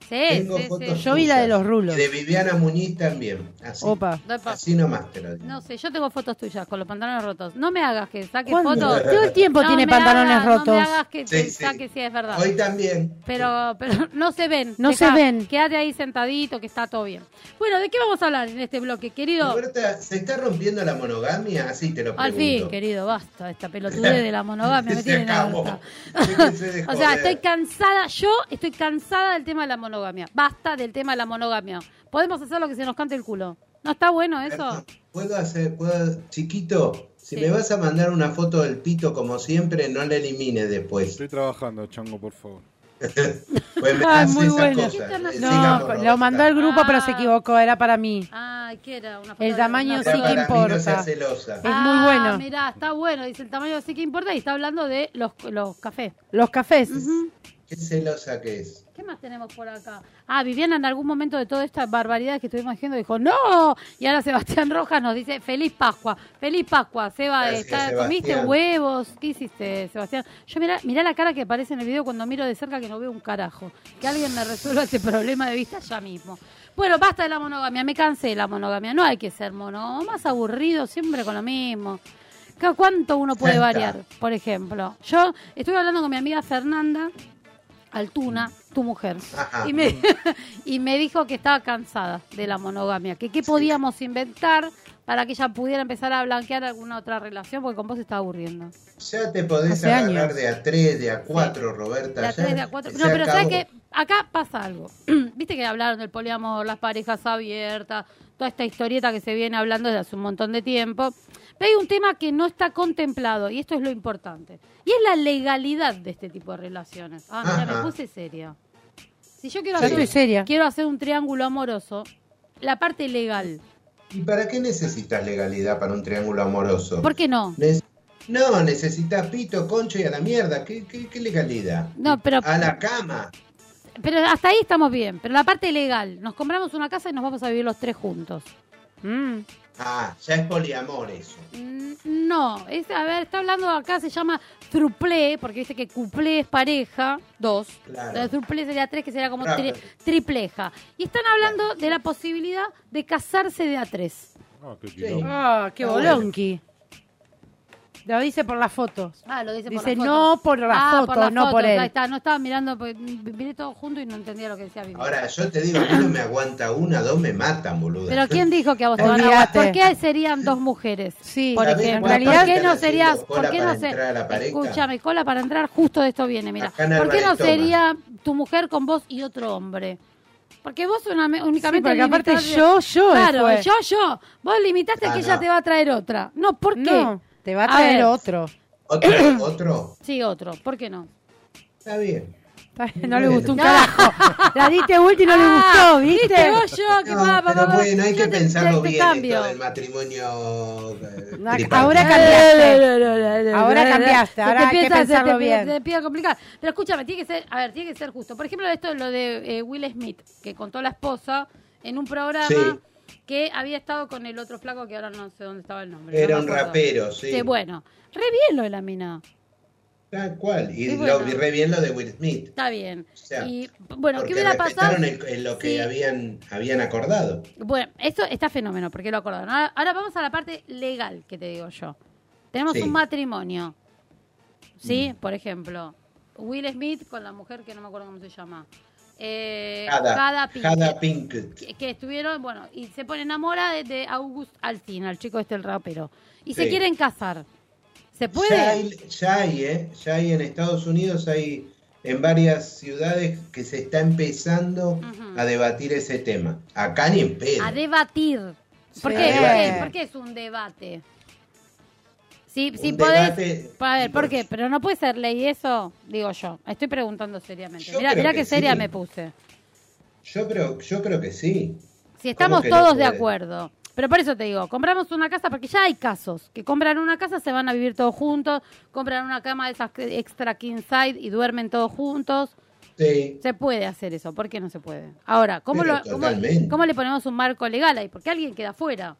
Speaker 2: Sí,
Speaker 6: Tengo
Speaker 2: sí,
Speaker 6: fotos
Speaker 2: sí.
Speaker 4: Yo vi la de los rulos.
Speaker 6: Y de Viviana Muñiz también. Así.
Speaker 4: Opa.
Speaker 2: No, pa-
Speaker 6: Así nomás te lo digo.
Speaker 2: no sé, yo tengo fotos tuyas con los pantalones rotos. No me hagas que saques
Speaker 4: ¿Cuándo?
Speaker 2: fotos.
Speaker 4: Todo el tiempo
Speaker 2: No
Speaker 4: tiene
Speaker 2: me
Speaker 4: pantalones
Speaker 2: hagas-
Speaker 4: rotos.
Speaker 2: No me hagas que
Speaker 6: Sí,
Speaker 2: te
Speaker 6: sí.
Speaker 2: saques si es verdad.
Speaker 6: Hoy también.
Speaker 2: Pero, pero no se ven.
Speaker 4: No
Speaker 2: Dejá,
Speaker 4: se ven.
Speaker 2: Quédate ahí sentadito que está todo bien. Bueno, ¿de qué vamos a hablar en este bloque, querido?
Speaker 6: Roberta, ¿se está rompiendo la monogamia? Así te lo pregunto.
Speaker 2: Al fin, querido, basta de esta pelotudez de la monogamia. me
Speaker 6: Se
Speaker 2: tienen
Speaker 6: acabó.
Speaker 2: harta.
Speaker 6: Déjense de
Speaker 2: o sea,
Speaker 6: joder.
Speaker 2: estoy cansada, yo estoy cansada del tema de la monogamia. Basta del tema de la monogamia. Podemos hacer lo que se nos cante el culo. ¿No está bueno eso?
Speaker 6: ¿Puedo hacer, puedo, chiquito? Si
Speaker 2: Sí.
Speaker 6: me vas a mandar una foto del pito como siempre, no la elimines después.
Speaker 5: Estoy trabajando, chango, por favor.
Speaker 6: Pues me
Speaker 2: Ah,
Speaker 4: Ay,
Speaker 6: hace
Speaker 4: muy
Speaker 6: esas
Speaker 4: bueno.
Speaker 6: cosas.
Speaker 2: No,
Speaker 6: Eh, sigamos,
Speaker 4: No,
Speaker 6: Roberta.
Speaker 4: lo mandó el grupo, pero se
Speaker 2: Ah.
Speaker 4: equivocó, era para mí.
Speaker 2: Ay, ¿qué era? Una foto
Speaker 4: El
Speaker 2: de-
Speaker 4: tamaño
Speaker 2: una
Speaker 4: sí
Speaker 6: Acá
Speaker 4: que
Speaker 2: foto de-
Speaker 6: para mí no
Speaker 4: importa.
Speaker 6: seas celosa.
Speaker 4: Es muy
Speaker 2: Ah,
Speaker 4: bueno.
Speaker 2: Mirá, está bueno. Dice el tamaño sí que importa y está hablando de los, los cafés.
Speaker 4: Los cafés.
Speaker 6: Qué celosa que es.
Speaker 2: ¿Qué más tenemos por acá? Ah, Viviana en algún momento de toda esta barbaridad que estuvimos haciendo dijo, ¡No! Y ahora Sebastián Rojas nos dice, ¡Feliz Pascua! ¡Feliz Pascua! Seba,
Speaker 6: Gracias,
Speaker 2: está-
Speaker 6: Sebastián.
Speaker 2: ¿comiste huevos? ¿Qué hiciste, Sebastián? Yo mirá, mirá la cara que aparece en el video cuando miro de cerca que no veo un carajo. Que alguien me resuelva este problema de vista ya mismo. Bueno, basta de la monogamia, me cansé de la monogamia. No hay que ser mono, más aburrido, siempre con lo mismo. Ca- ¿Cuánto uno puede
Speaker 6: Ya está.
Speaker 2: variar? Por ejemplo, yo estuve hablando con mi amiga Fernanda Altuna, tu mujer,
Speaker 6: Ajá.
Speaker 2: y me, y me dijo que estaba cansada de la monogamia, que qué podíamos inventar para que ella pudiera empezar a blanquear alguna otra relación, porque con vos se está aburriendo.
Speaker 6: Ya te podés
Speaker 4: Hace
Speaker 6: agarrar
Speaker 4: años.
Speaker 6: de a 3, de a 4, Roberta.
Speaker 2: De a
Speaker 6: ya
Speaker 2: tres, de a cuatro.
Speaker 6: se
Speaker 2: No, pero ¿sabes
Speaker 6: acabó.
Speaker 2: que Acá pasa algo. Viste que hablaron del poliamor, las parejas abiertas, toda esta historieta que se viene hablando desde hace un montón de tiempo. Pero hay un tema que no está contemplado, y esto es lo importante. Y es la legalidad de este tipo de relaciones. Ah, mira, me
Speaker 6: Ajá.
Speaker 2: puse seria. Si yo quiero
Speaker 4: Yo
Speaker 2: hacer,
Speaker 4: estoy seria.
Speaker 2: quiero hacer un triángulo amoroso, la parte legal.
Speaker 6: ¿Y para qué necesitas legalidad para un triángulo amoroso?
Speaker 2: ¿Por qué no?
Speaker 6: Nes- No, necesitas pito, concho y a la mierda. ¿Qué, qué, qué legalidad?
Speaker 2: No, pero,
Speaker 6: A la cama.
Speaker 2: pero hasta ahí estamos bien. Pero la parte legal, nos compramos una casa y nos vamos a vivir los tres juntos.
Speaker 4: Mm.
Speaker 6: Ah, ya es poliamor eso.
Speaker 2: Mm, No, es, a ver, está hablando acá, se llama truplé, porque viste que cuplé es pareja, dos.
Speaker 6: Claro.
Speaker 2: La Truplé sería tres, que sería como
Speaker 6: Claro.
Speaker 2: tri- tripleja. Y están hablando de la posibilidad de casarse de a tres.
Speaker 5: Ah, qué quilombo.
Speaker 4: Ah, qué
Speaker 6: Está bueno.
Speaker 4: bolonqui. Lo dice por las fotos.
Speaker 2: Ah, lo dice
Speaker 4: por
Speaker 2: por
Speaker 4: Dice, las fotos. no por las
Speaker 2: ah,
Speaker 4: fotos,
Speaker 2: por las
Speaker 4: no por
Speaker 2: fotos,
Speaker 4: él.
Speaker 2: Ahí está, no estaba mirando, porque miré todo junto y no entendía lo que decía Vivi.
Speaker 6: Ahora, yo te digo, a mí no me aguanta una, dos me matan, boludo.
Speaker 2: Pero ¿quién dijo que a vos te van a
Speaker 4: Olvídate.
Speaker 2: ¿Por qué serían dos mujeres?
Speaker 4: Sí,
Speaker 2: por
Speaker 6: A ver,
Speaker 2: ejemplo.
Speaker 6: ¿cuántas
Speaker 4: en
Speaker 2: ¿Por
Speaker 4: realidad-
Speaker 2: qué
Speaker 6: están
Speaker 2: no
Speaker 6: haciendo
Speaker 2: sería,
Speaker 6: cola
Speaker 2: por qué no
Speaker 6: para
Speaker 2: se-
Speaker 6: entrar a la pareja?
Speaker 2: escúchame, cola para entrar, justo de esto viene, mira.
Speaker 6: Acá en
Speaker 2: ¿Por qué no
Speaker 6: Álvarez Thomas.
Speaker 2: sería tu mujer con vos y otro hombre? Porque vos una- únicamente
Speaker 4: porque aparte
Speaker 2: limitaste-
Speaker 4: yo, yo
Speaker 2: Claro,
Speaker 4: fue.
Speaker 2: yo, yo. Vos limitaste
Speaker 6: Ah,
Speaker 2: que ella
Speaker 6: no.
Speaker 2: te va a traer otra. No, ¿por qué?
Speaker 4: No, te va a
Speaker 2: A
Speaker 4: traer
Speaker 2: ver.
Speaker 4: otro.
Speaker 6: ¿Otro? ¿Otro?
Speaker 2: Sí, otro. ¿Por qué no?
Speaker 6: Está bien.
Speaker 4: No le gustó un
Speaker 2: No.
Speaker 4: carajo. La diste vuelta y no le
Speaker 2: Ah,
Speaker 4: gustó, ¿viste?
Speaker 2: vos yo, que
Speaker 6: No,
Speaker 2: va, va,
Speaker 6: pero
Speaker 2: va, va.
Speaker 6: bueno, hay
Speaker 2: Yo
Speaker 6: que
Speaker 2: te-
Speaker 6: pensarlo
Speaker 2: te- te
Speaker 6: bien
Speaker 2: cambio.
Speaker 6: esto del matrimonio. eh,
Speaker 4: No,
Speaker 6: tripartito.
Speaker 4: Ahora
Speaker 2: Eh,
Speaker 4: cambiaste. Ahora cambiaste.
Speaker 2: Se
Speaker 4: Ahora
Speaker 2: te
Speaker 4: hay que
Speaker 2: empieza- se te
Speaker 4: pensarlo
Speaker 2: empieza- se
Speaker 4: bien.
Speaker 2: te empieza a complicar. Pero escúchame, tiene que ser, a ver, tiene que ser justo. Por ejemplo, esto es lo de eh, Will Smith, que contó la esposa en un programa
Speaker 6: Sí.
Speaker 2: que había estado con el otro flaco que ahora no sé dónde estaba el nombre.
Speaker 6: Era
Speaker 2: no me
Speaker 6: un
Speaker 2: acuerdo.
Speaker 6: rapero, sí.
Speaker 2: Sí, bueno. Re bien lo de la mina.
Speaker 6: Tal cual. Y
Speaker 2: Sí,
Speaker 6: lo
Speaker 2: bueno.
Speaker 6: vi re bien lo de Will Smith.
Speaker 2: Está bien.
Speaker 6: O sea,
Speaker 2: y bueno, ¿qué
Speaker 6: porque
Speaker 2: hubiera pasado?
Speaker 6: respetaron el- el- lo que
Speaker 2: Sí.
Speaker 6: habían, habían acordado.
Speaker 2: Bueno, esto está fenómeno, porque lo acordaron. Ahora, ahora vamos a la parte legal que te digo yo. Tenemos
Speaker 6: Sí.
Speaker 2: un matrimonio. ¿Sí? Por ejemplo, Will Smith con la mujer que no me acuerdo cómo se llama. Eh, Jada Pinkett.
Speaker 6: Cada Pinkett.
Speaker 2: Que, que estuvieron, bueno, y se pone enamorada de, de August Alsina, el chico este, el rapero. Y se
Speaker 6: Sí.
Speaker 2: quieren casar. ¿Se
Speaker 6: Ya
Speaker 2: puede?
Speaker 6: hay, ya hay, ¿eh? Ya hay en Estados Unidos hay en varias ciudades que se está empezando a debatir ese tema. Acá ni en pedo.
Speaker 2: A debatir. ¿Por
Speaker 4: Sí.
Speaker 2: qué? ¿Por qué?
Speaker 4: Sí.
Speaker 2: ¿Por qué es un debate? Sí,
Speaker 6: Un
Speaker 2: sí podés.
Speaker 6: debate-
Speaker 2: A ver, ¿por qué?
Speaker 6: Digo,
Speaker 2: Pero no puede ser ley eso, digo yo. Estoy preguntando seriamente.
Speaker 6: Yo
Speaker 2: Mirá,
Speaker 6: creo
Speaker 2: mirá
Speaker 6: que
Speaker 2: qué seria
Speaker 6: sí.
Speaker 2: me puse.
Speaker 6: Yo creo, yo creo que sí.
Speaker 2: Si estamos
Speaker 6: que no
Speaker 2: todos de
Speaker 6: puede?
Speaker 2: acuerdo. Pero por eso te digo, compramos una casa, porque ya hay casos que compran una casa, se van a vivir todos juntos, compran una cama de esas que- extra king side y duermen todos juntos.
Speaker 6: Sí.
Speaker 2: Se puede hacer eso, ¿por qué no se puede? Ahora, ¿cómo,
Speaker 6: Pero
Speaker 2: lo- cómo-
Speaker 6: totalmente.
Speaker 2: cómo le ponemos un marco legal ahí? Porque alguien queda fuera,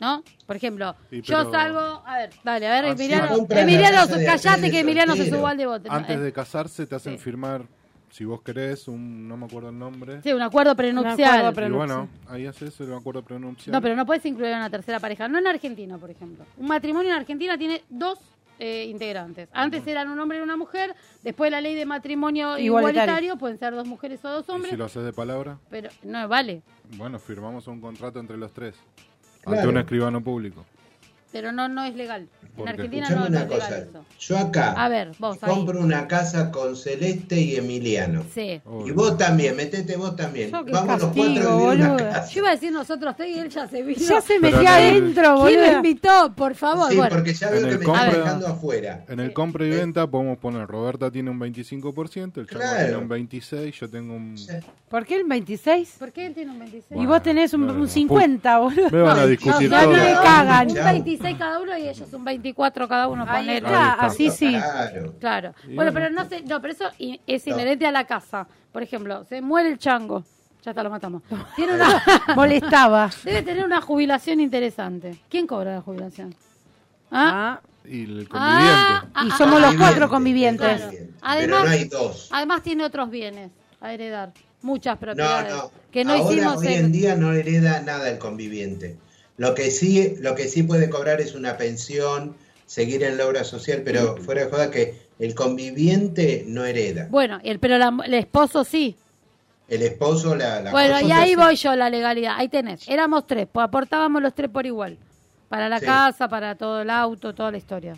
Speaker 2: ¿no? Por ejemplo,
Speaker 5: Sí,
Speaker 2: yo
Speaker 5: pero-
Speaker 2: salgo... A ver, dale, a ver,
Speaker 5: Así
Speaker 2: Emiliano,
Speaker 6: Ah, compra la
Speaker 2: Emiliano,
Speaker 6: casa de
Speaker 2: callate
Speaker 6: alquiler
Speaker 2: que Emiliano se
Speaker 6: soltero.
Speaker 2: suba al de bote. No,
Speaker 5: Antes
Speaker 2: eh,
Speaker 5: de casarse te hacen
Speaker 2: sí.
Speaker 5: firmar, si vos querés, un no me acuerdo el nombre.
Speaker 2: Eh, Sí, un acuerdo prenupcial.
Speaker 4: acuerdo
Speaker 5: y
Speaker 4: prenupcial.
Speaker 5: bueno, ahí haces el acuerdo pronunciado.
Speaker 2: No, pero no puedes incluir a una tercera pareja. No en Argentina, por ejemplo. Un matrimonio en Argentina tiene dos eh, integrantes. Antes eran un hombre y una mujer. Después la ley de matrimonio igualitario,
Speaker 4: Igualitario.
Speaker 2: pueden ser dos mujeres o dos
Speaker 5: Y
Speaker 2: hombres.
Speaker 5: si lo haces de palabra,
Speaker 2: Pero no vale.
Speaker 5: bueno, firmamos un contrato entre los tres. Ante
Speaker 6: Claro.
Speaker 5: un escribano público.
Speaker 2: Pero no, no es legal. En
Speaker 5: Porque-
Speaker 2: Argentina
Speaker 6: Escuchame
Speaker 2: no, no
Speaker 6: una
Speaker 2: es legal
Speaker 6: cosa.
Speaker 2: eso.
Speaker 6: Yo acá
Speaker 2: A ver, vos, ahí.
Speaker 6: compro una casa con Celeste y Emiliano.
Speaker 2: Sí.
Speaker 5: Obvio.
Speaker 6: Y vos también, metete vos también.
Speaker 4: Yo, qué
Speaker 6: Vamos los
Speaker 4: castigo,
Speaker 6: cuatro a vivir una
Speaker 4: boludo.
Speaker 6: casa.
Speaker 2: Yo iba a decir nosotros tres y él ya se vino.
Speaker 4: Ya se
Speaker 5: Pero
Speaker 4: metía
Speaker 5: no,
Speaker 4: adentro,
Speaker 2: ¿Quién lo
Speaker 4: boludo.
Speaker 2: invitó? Por favor.
Speaker 6: Sí,
Speaker 2: Ah, bueno,
Speaker 6: porque ya veo
Speaker 5: En
Speaker 6: que
Speaker 5: el
Speaker 6: me está
Speaker 5: compra-
Speaker 6: dejando afuera.
Speaker 5: En el compra y venta podemos poner, Roberta tiene un 25%, el chango
Speaker 6: Claro.
Speaker 5: tiene un 26%, yo tengo un...
Speaker 4: ¿Por qué el 26?
Speaker 2: ¿Por qué él tiene un 26?
Speaker 4: Y
Speaker 5: Bueno,
Speaker 4: vos tenés un,
Speaker 5: no,
Speaker 4: un
Speaker 5: no,
Speaker 4: 50, boludo.
Speaker 5: Me van a
Speaker 2: No,
Speaker 5: discutir
Speaker 2: ya
Speaker 5: todo.
Speaker 2: no le cagan.
Speaker 4: cagan.
Speaker 2: Un 26 cada uno y ellos un 24 cada uno.
Speaker 4: Ahí
Speaker 2: ponele.
Speaker 4: está,
Speaker 5: Ahí está.
Speaker 4: así sí.
Speaker 2: Ah,
Speaker 6: Claro.
Speaker 2: Claro.
Speaker 5: Y
Speaker 2: bueno,
Speaker 5: bueno.
Speaker 2: pero no sé, no, pero eso i- es
Speaker 6: No.
Speaker 2: inherente a la casa. Por ejemplo, se muere el chango. Ya está, lo matamos. Tiene una-
Speaker 4: Molestaba.
Speaker 2: debe tener una jubilación interesante. ¿Quién cobra la jubilación? ¿Ah?
Speaker 4: Ah,
Speaker 5: Y el conviviente.
Speaker 2: Ah, ah,
Speaker 4: y
Speaker 2: ah,
Speaker 4: somos los
Speaker 6: Conviviente,
Speaker 4: cuatro convivientes.
Speaker 2: Claro.
Speaker 6: conviviente.
Speaker 2: Además- ah,
Speaker 6: Pero no hay dos.
Speaker 2: Además tiene otros bienes a heredar. Muchas
Speaker 6: No,
Speaker 2: propiedades.
Speaker 6: no.
Speaker 2: Que no
Speaker 6: Ahora,
Speaker 2: hicimos
Speaker 6: hoy en
Speaker 2: en-
Speaker 6: día no hereda nada el conviviente. Lo que sí, lo que sí puede cobrar es una pensión, seguir en la obra social, pero fuera de joda que el conviviente no hereda.
Speaker 2: Bueno, el, pero la- el esposo sí.
Speaker 6: El esposo, la, la
Speaker 2: bueno,
Speaker 6: cosa
Speaker 2: y ahí
Speaker 6: es-
Speaker 2: voy yo, la legalidad. Ahí tenés. Éramos tres, pues aportábamos los tres por igual. Para la
Speaker 6: Sí.
Speaker 2: casa, para todo el auto, toda la historia.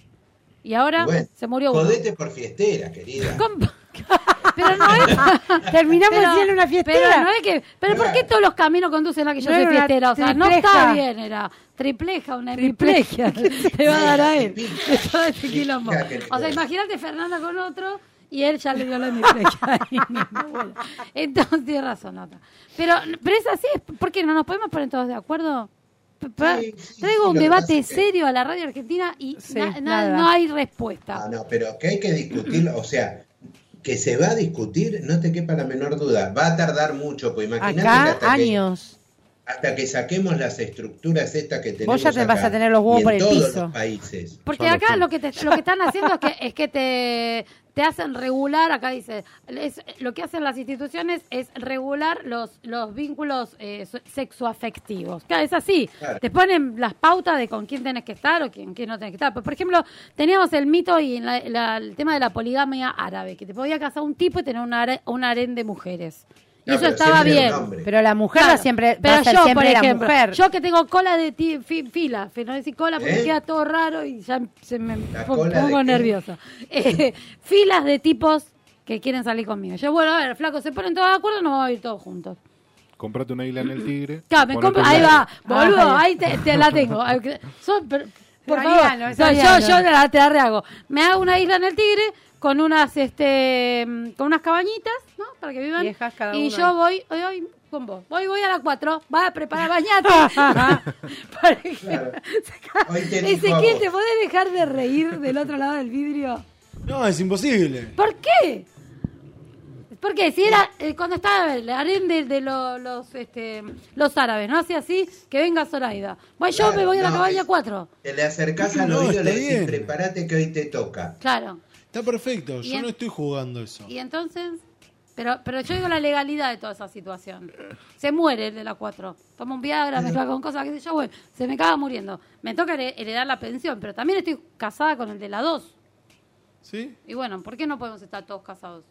Speaker 2: Y ahora
Speaker 6: Bueno,
Speaker 2: se murió uno.
Speaker 6: Jodete por fiestera, querida.
Speaker 2: Com- pero no es
Speaker 4: Terminamos
Speaker 2: pero-
Speaker 4: haciendo una
Speaker 2: Pero
Speaker 4: fiestera.
Speaker 2: no es que. Pero ¿por qué
Speaker 6: Claro.
Speaker 2: todos los caminos conducen a que yo
Speaker 4: No
Speaker 2: soy
Speaker 4: era una
Speaker 2: fiestera? O sea, no
Speaker 4: tripleja.
Speaker 2: está bien, era tripleja, una tripleja. Te va a dar a él. De todo este quilombo.
Speaker 6: que le
Speaker 2: O sea,
Speaker 6: doy.
Speaker 2: imagínate Fernanda con otro y él ya le dio la tripleja. Ahí mismo, bueno. Entonces, tiene razón, Nata. Pero, pero es así, ¿por qué no nos podemos poner todos de acuerdo? Pa- pa-
Speaker 6: Sí, sí,
Speaker 2: Traigo
Speaker 6: sí,
Speaker 2: un
Speaker 6: lo que pasa
Speaker 2: debate
Speaker 6: es que-
Speaker 2: serio a la radio argentina y
Speaker 4: Sí,
Speaker 2: na- na-
Speaker 4: nada.
Speaker 2: no hay respuesta.
Speaker 6: Ah, no, pero que hay que discutir, o sea, que se va a discutir, no te quepa la menor duda, va a tardar mucho, pues imagínate que
Speaker 4: Acá,
Speaker 6: hasta, que,
Speaker 4: años.
Speaker 6: hasta que saquemos las estructuras estas que tenemos.
Speaker 4: ya te
Speaker 6: acá,
Speaker 4: vas a tener los huevos
Speaker 6: y en
Speaker 4: por el
Speaker 6: todos
Speaker 4: piso.
Speaker 6: los países.
Speaker 2: Porque
Speaker 5: Ya lo
Speaker 2: acá
Speaker 5: tengo.
Speaker 2: lo que te, lo que están haciendo es que es que te, te hacen regular, acá dice, es- lo que hacen las instituciones es regular los los vínculos eh, so- sexoafectivos. Claro, es así.
Speaker 6: Claro.
Speaker 2: Te ponen las pautas de con quién tenés que estar o quién, quién no tenés que estar. Pues, por ejemplo, teníamos el mito y la- la- el tema de la poligamia árabe, que te podía casar un tipo y tener un are- un harén de mujeres. Y
Speaker 6: No,
Speaker 2: eso
Speaker 6: Ah, pero
Speaker 2: estaba
Speaker 6: siempre era
Speaker 2: bien.
Speaker 6: un hombre.
Speaker 4: Pero la mujer
Speaker 2: Claro,
Speaker 4: va siempre, va
Speaker 2: pero
Speaker 4: a ser
Speaker 2: yo,
Speaker 4: siempre
Speaker 2: por
Speaker 4: la
Speaker 2: ejemplo,
Speaker 4: mujer.
Speaker 2: Yo que tengo cola de ti- fi- fila, fi- no decir cola porque
Speaker 6: ¿Eh?
Speaker 2: queda todo raro y ya se me
Speaker 6: ¿La
Speaker 2: pon-
Speaker 6: cola de
Speaker 2: pongo
Speaker 6: qué?
Speaker 2: nerviosa. Eh, filas de tipos que quieren salir conmigo. Yo, bueno, a ver, flaco, se ponen todos de acuerdo, nos vamos a ir todos juntos.
Speaker 5: Comprate una isla en el Tigre.
Speaker 2: Claro, me
Speaker 5: ponete
Speaker 2: compro,
Speaker 5: un
Speaker 2: ahí
Speaker 5: lado.
Speaker 2: va, boludo,
Speaker 4: Ah,
Speaker 2: ahí te, te la tengo. Ay, que- son- pero- por favor,
Speaker 4: Mariano, es
Speaker 2: No, yo,
Speaker 4: Mariano.
Speaker 2: yo te la, te la rehago. Me hago una isla en el Tigre con unas este mm, con unas cabañitas, ¿no? Para que vivan.
Speaker 4: Viejas cada
Speaker 2: y
Speaker 4: uno.
Speaker 2: yo voy, hoy voy con vos. Voy, voy a las 4, vas a preparar bañate. Para que-
Speaker 6: Claro. Hoy te dijo a
Speaker 2: Ezequiel,
Speaker 6: vos.
Speaker 2: ¿te podés dejar de reír del otro lado del vidrio?
Speaker 7: No, es imposible.
Speaker 2: ¿Por qué? Porque si era eh, cuando estaba el harén de, de lo- los este, los árabes, ¿no? Así así, que venga Zoraida. Bueno, yo
Speaker 6: Claro,
Speaker 2: me voy a la
Speaker 6: no,
Speaker 2: cabaña
Speaker 6: es-
Speaker 2: 4.
Speaker 6: Te le acercás al
Speaker 7: No,
Speaker 6: oído y
Speaker 7: está
Speaker 6: le decís,
Speaker 7: bien.
Speaker 6: prepárate que hoy te toca.
Speaker 2: Claro.
Speaker 7: Está perfecto. Yo
Speaker 2: Bien.
Speaker 7: no estoy jugando eso.
Speaker 2: Y entonces, pero pero yo digo la legalidad de toda esa situación. Se muere el de la 4. Toma un Viagra, mezcla con cosas, qué sé yo, bueno, se me acaba muriendo. Me toca hered- heredar la pensión, pero también estoy casada con el de la 2.
Speaker 7: ¿Sí?
Speaker 2: Y bueno, ¿por qué no podemos estar todos casados?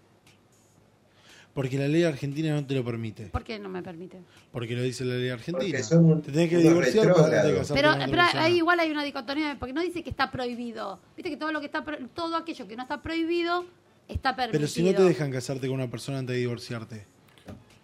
Speaker 7: Porque la ley argentina no te lo permite.
Speaker 2: ¿Por qué no me permite?
Speaker 7: Porque lo dice la ley argentina.
Speaker 6: Porque son un-
Speaker 7: te tenés que
Speaker 6: unos
Speaker 7: divorciar para que te
Speaker 6: retrógrados.
Speaker 7: casar
Speaker 2: Pero,
Speaker 7: con otra
Speaker 2: pero
Speaker 7: persona.
Speaker 2: ahí igual hay una dicotomía, porque no dice que está prohibido. Viste que todo lo que está pro- todo aquello que no está prohibido está permitido.
Speaker 7: Pero si no te dejan casarte con una persona antes de divorciarte.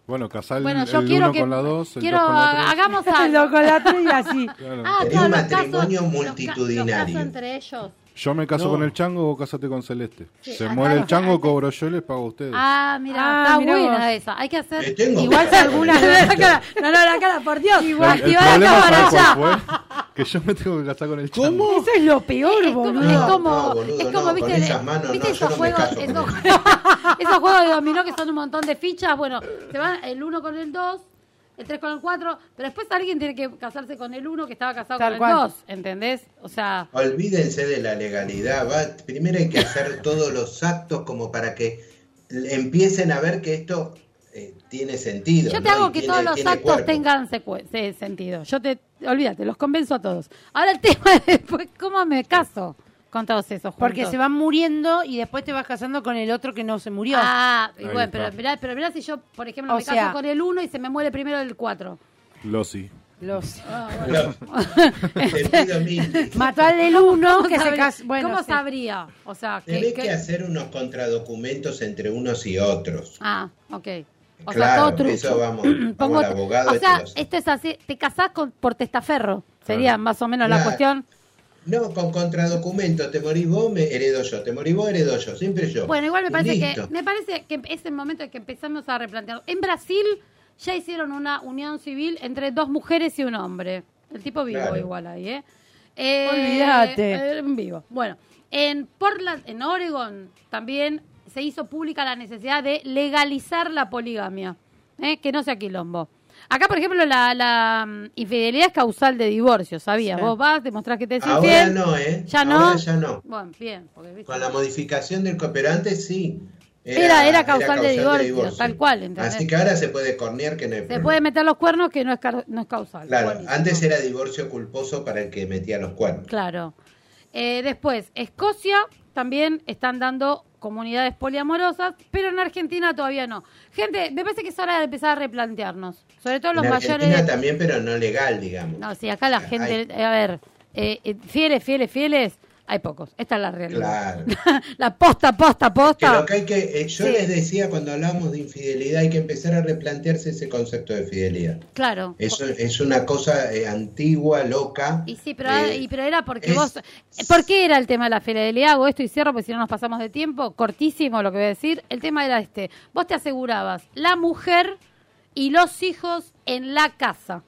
Speaker 5: Bueno, casar el-
Speaker 2: Bueno,
Speaker 5: el,
Speaker 2: yo quiero
Speaker 5: uno
Speaker 2: que
Speaker 5: con la dos, el
Speaker 2: quiero
Speaker 5: dos con la tres.
Speaker 2: hagamos algo.
Speaker 4: Lo con la tres y así.
Speaker 5: Claro.
Speaker 2: Ah,
Speaker 6: Sería
Speaker 2: claro,
Speaker 6: un
Speaker 2: los casos-
Speaker 6: matrimonio
Speaker 2: los ca-
Speaker 6: multitudinario.
Speaker 2: Los casos entre ellos.
Speaker 5: Yo me caso
Speaker 7: No.
Speaker 5: con el chango, vos casate con Celeste.
Speaker 2: Sí,
Speaker 5: Se
Speaker 2: acá
Speaker 5: muere el
Speaker 2: los-
Speaker 5: chango, cobro yo y les pago a ustedes.
Speaker 2: Ah, mira,
Speaker 4: Ah,
Speaker 2: está
Speaker 4: mirá
Speaker 2: buena
Speaker 4: vos.
Speaker 2: esa. Hay que hacer.
Speaker 6: Le tengo
Speaker 2: Igual
Speaker 6: que-
Speaker 2: si alguna.
Speaker 4: la cara, no, no, la cara, por Dios.
Speaker 5: La- el
Speaker 2: activá la
Speaker 5: problema,
Speaker 2: cámara
Speaker 5: ¿sabes
Speaker 2: ya.
Speaker 5: cuál fue? Que yo me tengo que casar con el chango.
Speaker 4: Eso es lo peor,
Speaker 2: Es como, es
Speaker 4: boludo.
Speaker 2: como,
Speaker 6: No, boludo,
Speaker 2: es
Speaker 6: no,
Speaker 2: como
Speaker 6: con
Speaker 2: viste,
Speaker 6: esas manos
Speaker 2: ¿viste
Speaker 6: no, yo
Speaker 2: esos,
Speaker 6: no me
Speaker 2: juegos,
Speaker 6: caso con
Speaker 2: esos, esos juegos de dominó que son un montón de fichas. Bueno, se va el 1 con el 2, el 3 con el 4, pero después alguien tiene que casarse con el 1 que estaba casado
Speaker 4: Tal
Speaker 2: con
Speaker 4: cual.
Speaker 2: el 2, ¿entendés? O sea,
Speaker 6: Olvídense de la legalidad, va. Primero hay que hacer todos los actos como para que l- empiecen a ver que esto eh, tiene sentido.
Speaker 2: yo te
Speaker 6: ¿no?
Speaker 2: hago
Speaker 6: Y
Speaker 2: que
Speaker 6: tiene-
Speaker 2: todos los
Speaker 6: tiene
Speaker 2: actos
Speaker 6: cuerpo.
Speaker 2: tengan secue- se- sentido. Yo te, olvídate, los convenzo a todos. Ahora el tema es después, ¿cómo me caso con todos esos
Speaker 4: Porque
Speaker 2: juntos?
Speaker 4: se van muriendo y después te vas casando con el otro que no se murió.
Speaker 2: Ah, y
Speaker 5: Ahí
Speaker 2: bueno,
Speaker 5: está.
Speaker 2: pero mirá, pero mirá si yo, por ejemplo,
Speaker 4: O
Speaker 2: me
Speaker 4: sea-
Speaker 2: caso con el 1 y se me muere primero el 4.
Speaker 5: Losi.
Speaker 4: Los...
Speaker 6: No, te pido mil.
Speaker 4: Mató al del uno que se
Speaker 2: sabría-
Speaker 4: casó. Bueno,
Speaker 2: ¿Cómo
Speaker 4: sí.
Speaker 2: sabría? O sea, que,
Speaker 6: Tenés
Speaker 2: que-
Speaker 6: que hacer unos contradocumentos entre unos y otros.
Speaker 2: Ah, ok. O sea,
Speaker 6: Claro,
Speaker 2: todo trucho.
Speaker 6: eso vamos- vamos
Speaker 2: Pongo-
Speaker 6: al abogado
Speaker 2: O
Speaker 6: y te
Speaker 2: sea,
Speaker 6: lo hace.
Speaker 2: esto es así, te casás con, por testaferro, sería más o menos la
Speaker 6: Claro.
Speaker 2: cuestión.
Speaker 6: No, con contradocumento, te morís vos, me heredo yo, te morís vos, heredo yo, siempre yo.
Speaker 2: Bueno, igual me parece
Speaker 6: Listo.
Speaker 2: que me parece que es el momento de que empezamos a replantear. En Brasil ya hicieron una unión civil entre dos mujeres y un hombre. El tipo vivo
Speaker 6: Claro.
Speaker 2: igual ahí, ¿eh? Eh,
Speaker 4: Olvídate.
Speaker 2: eh, En vivo. Bueno, en Portland, en Oregon, también se hizo pública la necesidad de legalizar la poligamia, ¿eh? que no sea quilombo. Acá, por ejemplo, la, la, mm, infidelidad es causal de divorcio, ¿sabías?
Speaker 4: Sí.
Speaker 2: Vos vas, demostrás que te es
Speaker 6: Ahora
Speaker 2: infiel.
Speaker 6: no, ¿eh?
Speaker 2: ¿Ya no?
Speaker 6: Ahora ya no.
Speaker 2: Bueno, bien. Porque, ¿viste?
Speaker 6: Con la modificación del cooperante, sí.
Speaker 2: Era- era causal de divorcio, tal cual, ¿entendés?
Speaker 6: Así que ahora se puede cornear que no hay
Speaker 2: Se
Speaker 6: problema.
Speaker 2: puede meter los cuernos que no es, car- no es causal.
Speaker 6: Claro,
Speaker 2: Buenísimo.
Speaker 6: antes era divorcio culposo para el que metía los cuernos.
Speaker 2: Claro. Eh, después, Escocia también están dando comunidades poliamorosas, pero en Argentina todavía no. Gente, me parece que es hora de empezar a replantearnos. Sobre todo los
Speaker 6: en
Speaker 2: mayores.
Speaker 6: Argentina también, pero no legal, digamos.
Speaker 2: No, sí, acá la
Speaker 6: Ay.
Speaker 2: gente. eh, a ver, eh, eh, fieles, fieles, fieles, hay pocos. Esta es la realidad.
Speaker 6: Claro.
Speaker 2: la posta, posta,
Speaker 6: Que
Speaker 2: posta.
Speaker 6: lo que hay que, eh, yo
Speaker 2: Sí.
Speaker 6: les decía cuando hablábamos de infidelidad, hay que empezar a replantearse ese concepto de fidelidad.
Speaker 2: Claro.
Speaker 6: Eso es una cosa eh, antigua, loca.
Speaker 2: Y sí, pero, ah,
Speaker 6: eh,
Speaker 2: y, pero era porque
Speaker 6: es-
Speaker 2: vos... ¿Por qué era el tema de la fidelidad? Hago esto y cierro porque si no nos pasamos de tiempo. Cortísimo lo que voy a decir. El tema era este. Vos te asegurabas la mujer y los hijos en la casa.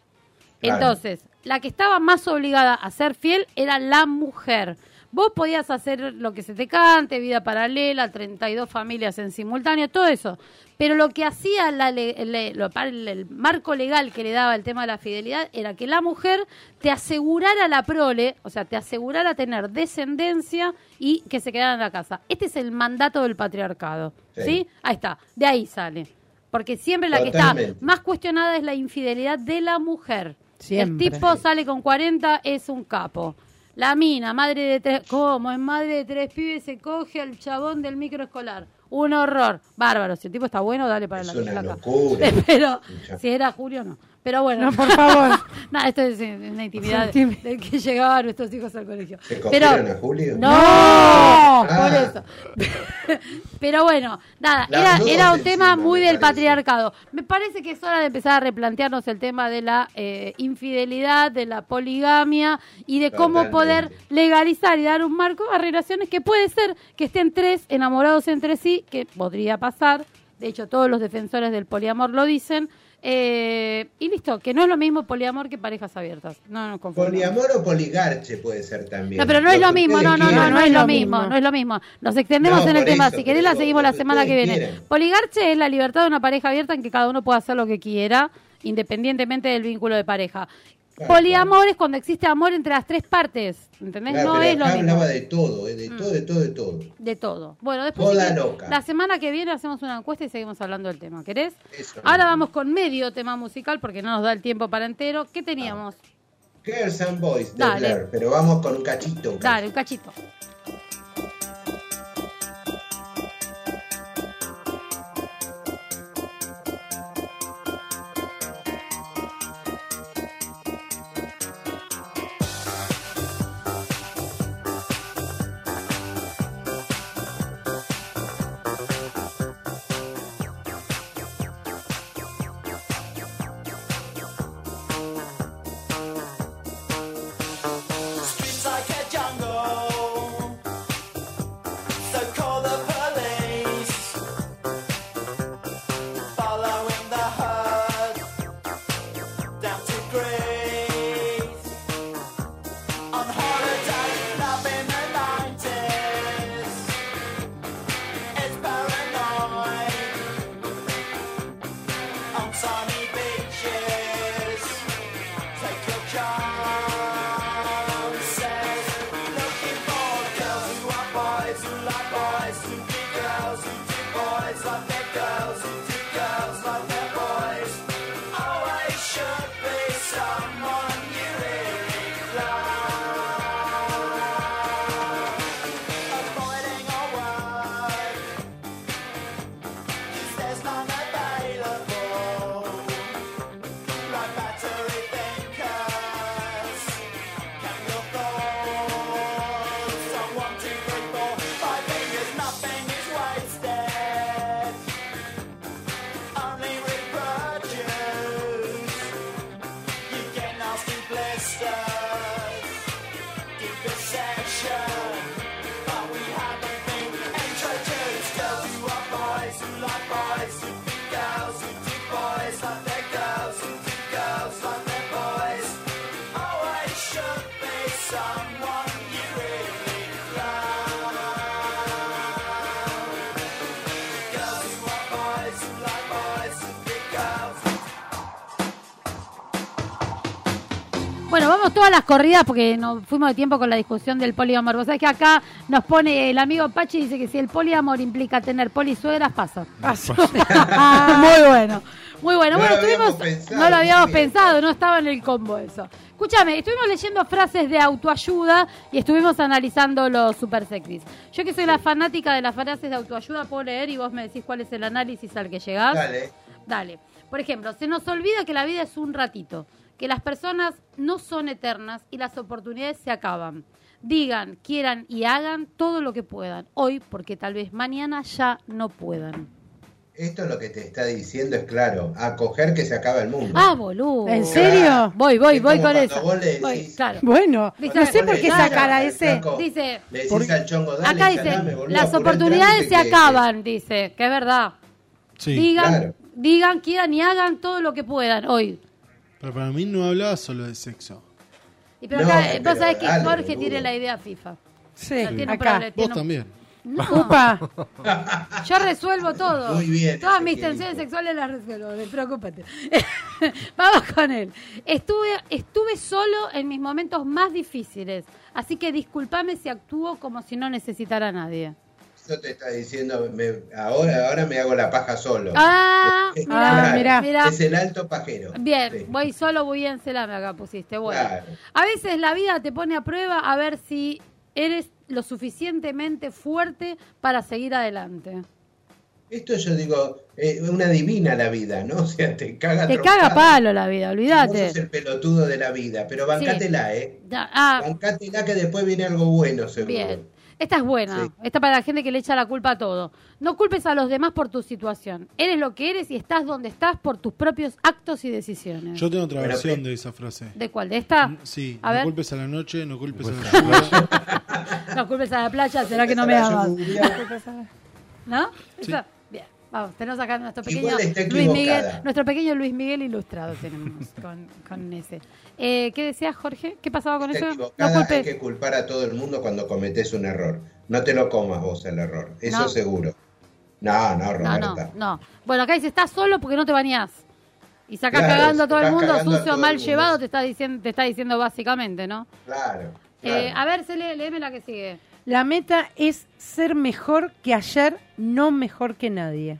Speaker 6: Claro.
Speaker 2: Entonces, la que estaba más obligada a ser fiel era la mujer. Vos podías hacer lo que se te cante, vida paralela, 32 familias en simultáneo, todo eso. Pero lo que hacía la le- le- lo- pa- el, el marco legal que le daba el tema de la fidelidad era que la mujer te asegurara la prole, o sea, te asegurara tener descendencia y que se quedara en la casa. Este es el mandato del patriarcado.
Speaker 6: Sí.
Speaker 2: ¿Sí? Ahí está, de ahí sale. Porque siempre la que está
Speaker 6: Totalmente.
Speaker 2: más cuestionada es la infidelidad de la mujer.
Speaker 4: Siempre.
Speaker 2: El tipo sale con 40, es un capo. La mina, madre de tres, ¿cómo? Es madre de tres pibes, se coge al chabón del microescolar. Un horror. Bárbaro. Si el tipo está bueno, dale para
Speaker 6: Es
Speaker 2: la
Speaker 6: una
Speaker 2: flaca.
Speaker 6: locura.
Speaker 2: Pero
Speaker 6: Ya.
Speaker 2: si era Julio, no. Pero bueno,
Speaker 4: No, por favor.
Speaker 2: nada, esto es eh, una intimidad de,
Speaker 4: Sentime.
Speaker 2: de que llegaban nuestros hijos al colegio.
Speaker 6: ¿Se
Speaker 2: Pero,
Speaker 6: cogieron a Julio?
Speaker 2: no, por
Speaker 6: Ah.
Speaker 2: eso. Pero bueno, nada,
Speaker 6: Las
Speaker 2: era,
Speaker 6: dos
Speaker 2: era un
Speaker 6: encima,
Speaker 2: tema muy
Speaker 6: me
Speaker 2: del
Speaker 6: parece.
Speaker 2: patriarcado. Me parece que es hora de empezar a replantearnos el tema de la eh, infidelidad, de la poligamia y de cómo
Speaker 6: Totalmente.
Speaker 2: poder legalizar y dar un marco a relaciones que puede ser que estén tres enamorados entre sí, que podría pasar. De hecho, todos los defensores del poliamor lo dicen. Eh, y listo, que no es lo mismo poliamor que parejas abiertas. No, no confundamos.
Speaker 6: Poliamor o poligarche puede ser también.
Speaker 2: No, pero no es lo mismo,
Speaker 6: ustedes
Speaker 2: no, no, no,
Speaker 6: quieran.
Speaker 2: no es lo mismo, no es lo mismo. Nos extendemos
Speaker 6: No,
Speaker 2: en el
Speaker 6: por
Speaker 2: tema,
Speaker 6: eso,
Speaker 2: si
Speaker 6: pero
Speaker 2: querés la
Speaker 6: digo,
Speaker 2: seguimos
Speaker 6: lo
Speaker 2: la
Speaker 6: que
Speaker 2: semana que
Speaker 6: ustedes
Speaker 2: viene.
Speaker 6: quieran.
Speaker 2: Poligarche es la libertad de una pareja abierta en que cada uno puede hacer lo que quiera, independientemente del vínculo de pareja.
Speaker 6: Claro,
Speaker 2: Poliamor es cuando existe amor entre las tres partes, ¿entendés?
Speaker 6: Claro,
Speaker 2: no
Speaker 6: pero
Speaker 2: es lo
Speaker 6: acá
Speaker 2: mismo. Mm.
Speaker 6: hablaba de todo, eh, de todo, de todo, de todo.
Speaker 2: De todo. Bueno, después
Speaker 6: Joda
Speaker 2: si querés,
Speaker 6: loca.
Speaker 2: la semana que viene hacemos una encuesta y seguimos hablando del tema, ¿querés?
Speaker 6: Eso.
Speaker 2: Ahora vamos con medio tema musical porque no nos da el tiempo para entero. ¿Qué teníamos?
Speaker 6: Ah. Girls and Boys de
Speaker 2: Dale.
Speaker 6: Blair, pero vamos con un cachito. un
Speaker 2: Dale, un cachito.
Speaker 9: Girls
Speaker 2: Bueno, vamos todas las corridas porque nos fuimos de tiempo con la discusión del poliamor. Vos sabés que acá nos pone el amigo Pachi dice que si el poliamor implica tener polisuegras, pasa. Muy bueno. Muy bueno. bueno,
Speaker 6: No lo habíamos
Speaker 2: estuvimos-
Speaker 6: pensado,
Speaker 2: no lo habíamos
Speaker 6: muy bien.
Speaker 2: pensado, no estaba en el combo eso. Escúchame, estuvimos leyendo frases de autoayuda y estuvimos analizando los super sexys. Yo que soy la fanática de las frases de autoayuda, puedo leer y vos me decís cuál es el análisis al que llegás.
Speaker 6: Dale.
Speaker 2: Dale. Por ejemplo, se nos olvida que la vida es un ratito, que las personas no son eternas y las oportunidades se acaban. Digan, quieran y hagan todo lo que puedan hoy porque tal vez mañana ya no puedan.
Speaker 6: Esto lo que te está diciendo es claro, acoger que se acaba el mundo.
Speaker 2: Ah, boludo.
Speaker 4: ¿En serio?
Speaker 2: Voy, voy,
Speaker 6: Es
Speaker 2: voy
Speaker 6: como
Speaker 2: con
Speaker 6: cuando
Speaker 2: eso.
Speaker 6: vos le decís-
Speaker 2: Voy, claro.
Speaker 4: Bueno,
Speaker 2: Viste,
Speaker 4: no sé por qué esa
Speaker 2: claro.
Speaker 4: cara ese.
Speaker 6: Flaco,
Speaker 2: Dice-
Speaker 6: Le decís
Speaker 7: Porque-
Speaker 6: al chongo, dale,
Speaker 2: Acá dice,
Speaker 6: salame, boludo,
Speaker 2: las
Speaker 6: apurá el
Speaker 2: oportunidades
Speaker 6: trámite
Speaker 2: se
Speaker 6: que-
Speaker 2: acaban, dice, que es verdad.
Speaker 7: Sí.
Speaker 2: digan,
Speaker 6: claro.
Speaker 2: digan, quieran y hagan todo lo que puedan hoy.
Speaker 7: Pero para mí no hablaba solo de sexo.
Speaker 2: Y pero
Speaker 6: No,
Speaker 2: acá,
Speaker 6: pero
Speaker 2: vos sabés que
Speaker 6: dale,
Speaker 2: Jorge
Speaker 6: boludo.
Speaker 2: tiene la idea FIFA.
Speaker 4: Sí,
Speaker 2: O sea, tiene un
Speaker 4: acá.
Speaker 2: problema,
Speaker 7: Vos
Speaker 2: tiene un-
Speaker 7: también.
Speaker 2: No.
Speaker 4: Upa.
Speaker 2: Yo resuelvo todo.
Speaker 6: Muy bien,
Speaker 2: Todas mis
Speaker 6: Ezequiel.
Speaker 2: tensiones sexuales las resuelvo, no preocupate. Vamos con él. Estuve, estuve solo en mis momentos más difíciles, así que discúlpame si actúo como si no necesitara a nadie.
Speaker 6: Eso te está diciendo, me- ahora, ahora me hago la paja solo.
Speaker 2: Ah,
Speaker 6: Es-
Speaker 4: ah,
Speaker 2: mirá,
Speaker 4: mirá.
Speaker 2: mirá.
Speaker 6: eh, Es el alto pajero.
Speaker 2: Bien,
Speaker 6: Sí.
Speaker 2: voy solo, voy bien, celame acá pusiste. Bueno,
Speaker 6: Claro.
Speaker 2: a veces la vida te pone a prueba a ver si eres lo suficientemente fuerte para seguir adelante.
Speaker 6: Esto yo digo, es una divina la vida, ¿no? O sea, te caga
Speaker 2: Te
Speaker 6: trompada.
Speaker 2: caga palo la vida, olvídate.
Speaker 6: Vos sos el pelotudo de la vida, pero bancátela, ¿eh?
Speaker 2: Ya, ah,
Speaker 6: Bancátela que después viene algo bueno, seguro.
Speaker 2: Bien. Esta es buena.
Speaker 6: Sí.
Speaker 2: Esta para la gente que le echa la culpa a todo. No culpes a los demás por tu situación. Eres lo que eres y estás donde estás por tus propios actos y decisiones.
Speaker 7: Yo tengo otra
Speaker 6: Pero
Speaker 7: versión
Speaker 6: que-
Speaker 7: de esa frase.
Speaker 2: ¿De cuál? ¿De
Speaker 6: Mm,
Speaker 2: esta?
Speaker 7: Sí,
Speaker 2: A
Speaker 7: no
Speaker 2: ver.
Speaker 7: culpes a la noche, no culpes a la lluvia.
Speaker 2: No culpes a la playa, será que no me
Speaker 6: Esa la
Speaker 2: amas.
Speaker 6: lluvia.
Speaker 2: ¿no? Esa- Bien. Vamos, tenemos acá nuestro pequeño
Speaker 6: Igual está
Speaker 2: Luis Miguel,
Speaker 6: equivocada.
Speaker 2: nuestro pequeño Luis Miguel ilustrado tenemos con, con ese. Eh, ¿Qué decías, Jorge? ¿Qué pasaba con
Speaker 6: Está
Speaker 2: eso? No
Speaker 6: equivocada, hay
Speaker 2: culpes.
Speaker 6: que culpar a todo el mundo cuando cometes un error. No te lo comas vos el error, eso
Speaker 2: No.
Speaker 6: seguro. No, no,
Speaker 2: No,
Speaker 6: Roberta.
Speaker 2: no, no. Bueno, acá dice, estás solo porque no te bañás. Y sacás
Speaker 6: Claro,
Speaker 2: cagando a todo el
Speaker 6: sacás
Speaker 2: mundo,
Speaker 6: cagando a todo
Speaker 2: sucio,
Speaker 6: el
Speaker 2: mal
Speaker 6: mundo.
Speaker 2: llevado, te está diciendo, te está diciendo básicamente, ¿no?
Speaker 6: Claro.
Speaker 2: Eh,
Speaker 6: claro.
Speaker 2: a ver, Cele, léeme la que sigue.
Speaker 4: La meta es ser mejor que ayer, no mejor que nadie.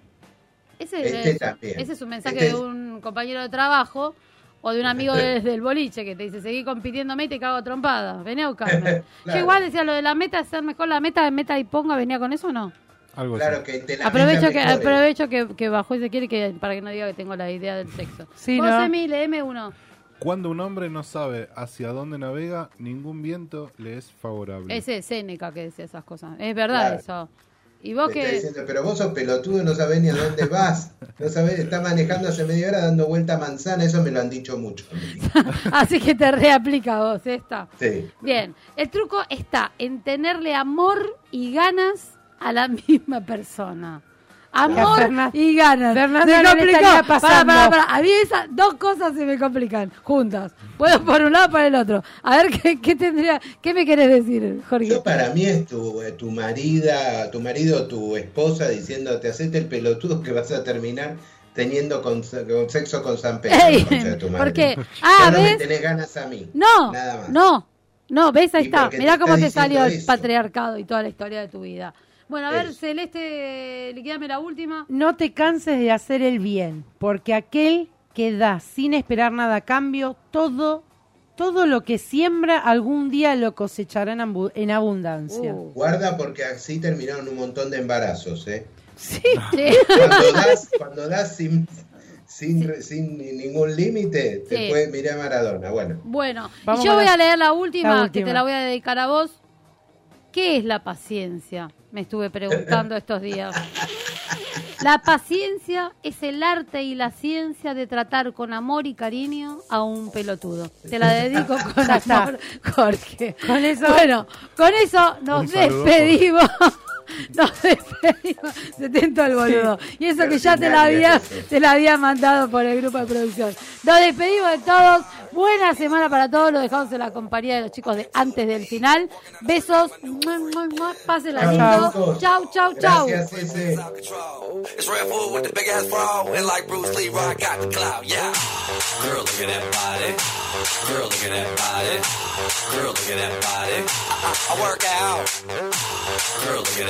Speaker 2: Ese,
Speaker 6: Este
Speaker 2: es,
Speaker 6: también.
Speaker 2: ese es un mensaje
Speaker 6: Este
Speaker 2: de
Speaker 6: es-
Speaker 2: un compañero de trabajo o de un amigo desde el boliche que te dice, seguí compitiéndome y te cago a trompadas. Vení a buscarme. Yo
Speaker 6: Claro.
Speaker 2: igual decía lo de la meta, ser mejor la meta de meta y ponga, venía con eso o no?
Speaker 5: Algo
Speaker 6: Claro
Speaker 5: así.
Speaker 6: que te la
Speaker 2: Aprovecho
Speaker 6: metas
Speaker 2: que,
Speaker 6: mejor, eh.
Speaker 2: aprovecho que, que bajó y se quiere que, para que no diga que tengo la idea del sexo.
Speaker 4: Sí,
Speaker 2: Vos,
Speaker 4: ¿no?
Speaker 2: Emi, léeme uno.
Speaker 5: Cuando un hombre no sabe hacia dónde navega, ningún viento le es favorable.
Speaker 2: Ese es Seneca que decía esas cosas. Es verdad eso. Y vos
Speaker 6: Te está
Speaker 2: que.
Speaker 6: diciendo, pero vos sos pelotudo, no sabés ni a dónde vas. No sabés, estás manejando hace media hora dando vuelta a manzana, eso me lo han dicho mucho.
Speaker 2: Así que te reaplica vos esta.
Speaker 6: Sí.
Speaker 2: Bien. El truco está en tenerle amor y ganas a la misma persona. Amor
Speaker 4: La Fernan-
Speaker 2: y ganas.
Speaker 4: Fernanda
Speaker 2: Se
Speaker 4: no le
Speaker 2: complicó.
Speaker 4: estaría
Speaker 2: Pará,
Speaker 4: pasando.
Speaker 2: pará, pará. A mí esas dos cosas se me complican juntas. Puedo por un lado, por el otro. A ver qué, qué tendría, qué me querés decir, Jorge.
Speaker 6: Yo para mí es tu, eh, tu marida, tu marido, tu esposa diciéndote, hacete el pelotudo que vas a terminar teniendo con, con sexo con San Pedro.
Speaker 2: Ey,
Speaker 6: concha de tu madre.
Speaker 2: ¿por qué? Ah,
Speaker 6: Solo me
Speaker 2: ¿ves?
Speaker 6: tenés ganas a mí.
Speaker 2: No,
Speaker 6: Nada más.
Speaker 2: no, no, ves, ahí
Speaker 6: Y
Speaker 2: está.
Speaker 6: porque
Speaker 2: Mirá
Speaker 6: te
Speaker 2: cómo
Speaker 6: está
Speaker 2: te salió
Speaker 6: diciendo
Speaker 2: el
Speaker 6: eso.
Speaker 2: patriarcado y toda la historia de tu vida. Bueno, a ver,
Speaker 6: Eso.
Speaker 2: Celeste, liquidame la última.
Speaker 4: No te canses de hacer el bien, porque aquel que da sin esperar nada a cambio, todo, todo lo que siembra algún día lo cosechará en, ambu- en abundancia.
Speaker 2: Uh.
Speaker 6: Guarda porque así terminaron un montón de embarazos, ¿eh?
Speaker 4: Sí.
Speaker 2: Sí.
Speaker 6: Cuando das, cuando das sin, sin, sin ni- ningún límite, te
Speaker 2: Sí.
Speaker 6: puede mirar Maradona. Bueno.
Speaker 2: Bueno, y
Speaker 4: Vamos
Speaker 2: yo
Speaker 4: con
Speaker 2: voy
Speaker 4: la-
Speaker 2: a leer la última,
Speaker 4: la
Speaker 2: que te
Speaker 4: última.
Speaker 2: la voy a dedicar a vos. ¿Qué es la paciencia? Me estuve preguntando estos días. La paciencia es el arte y la ciencia de tratar con amor y cariño a un pelotudo. Te la dedico con
Speaker 4: Ya está.
Speaker 2: amor, Jorge.
Speaker 4: Con eso-
Speaker 2: Bueno, con eso nos
Speaker 5: Un saludo, Jorge.
Speaker 2: despedimos. Nos despedimos. 70 al boludo. Y eso que ya te
Speaker 10: Fernández,
Speaker 2: la, había,
Speaker 10: eso.
Speaker 2: te la había mandado por el grupo de producción. Nos despedimos de todos. Buena semana para todos. Lo dejamos en la compañía de los chicos de antes del final. Besos. Mua, mua, mua. Pásenla
Speaker 10: Chau,
Speaker 2: lindo.
Speaker 10: chicos.
Speaker 2: Chau, chau, chau.
Speaker 10: Gracias, ese.
Speaker 11: out control. It's Red Bull with the big ass bra, and like Bruce Lee, I got the clout. Yeah, girl, look at that body. Girl, look at that body. Girl, look at that body. I, I, I work out. Girl, look at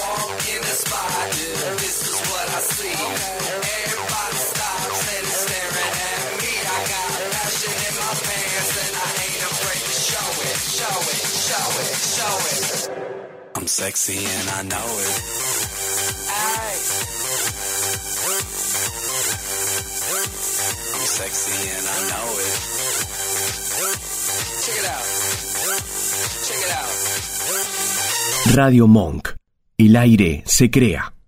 Speaker 11: walk in the spot. Yeah, this is what I see. Everybody stops and is staring at me. I got passion in my pants and I ain't afraid to show it, show it, show it, show it. I'm sexy and I know it. Ay. I'm sexy and I know it. Check it out. Check it out.
Speaker 7: Radio Monk. El aire se crea.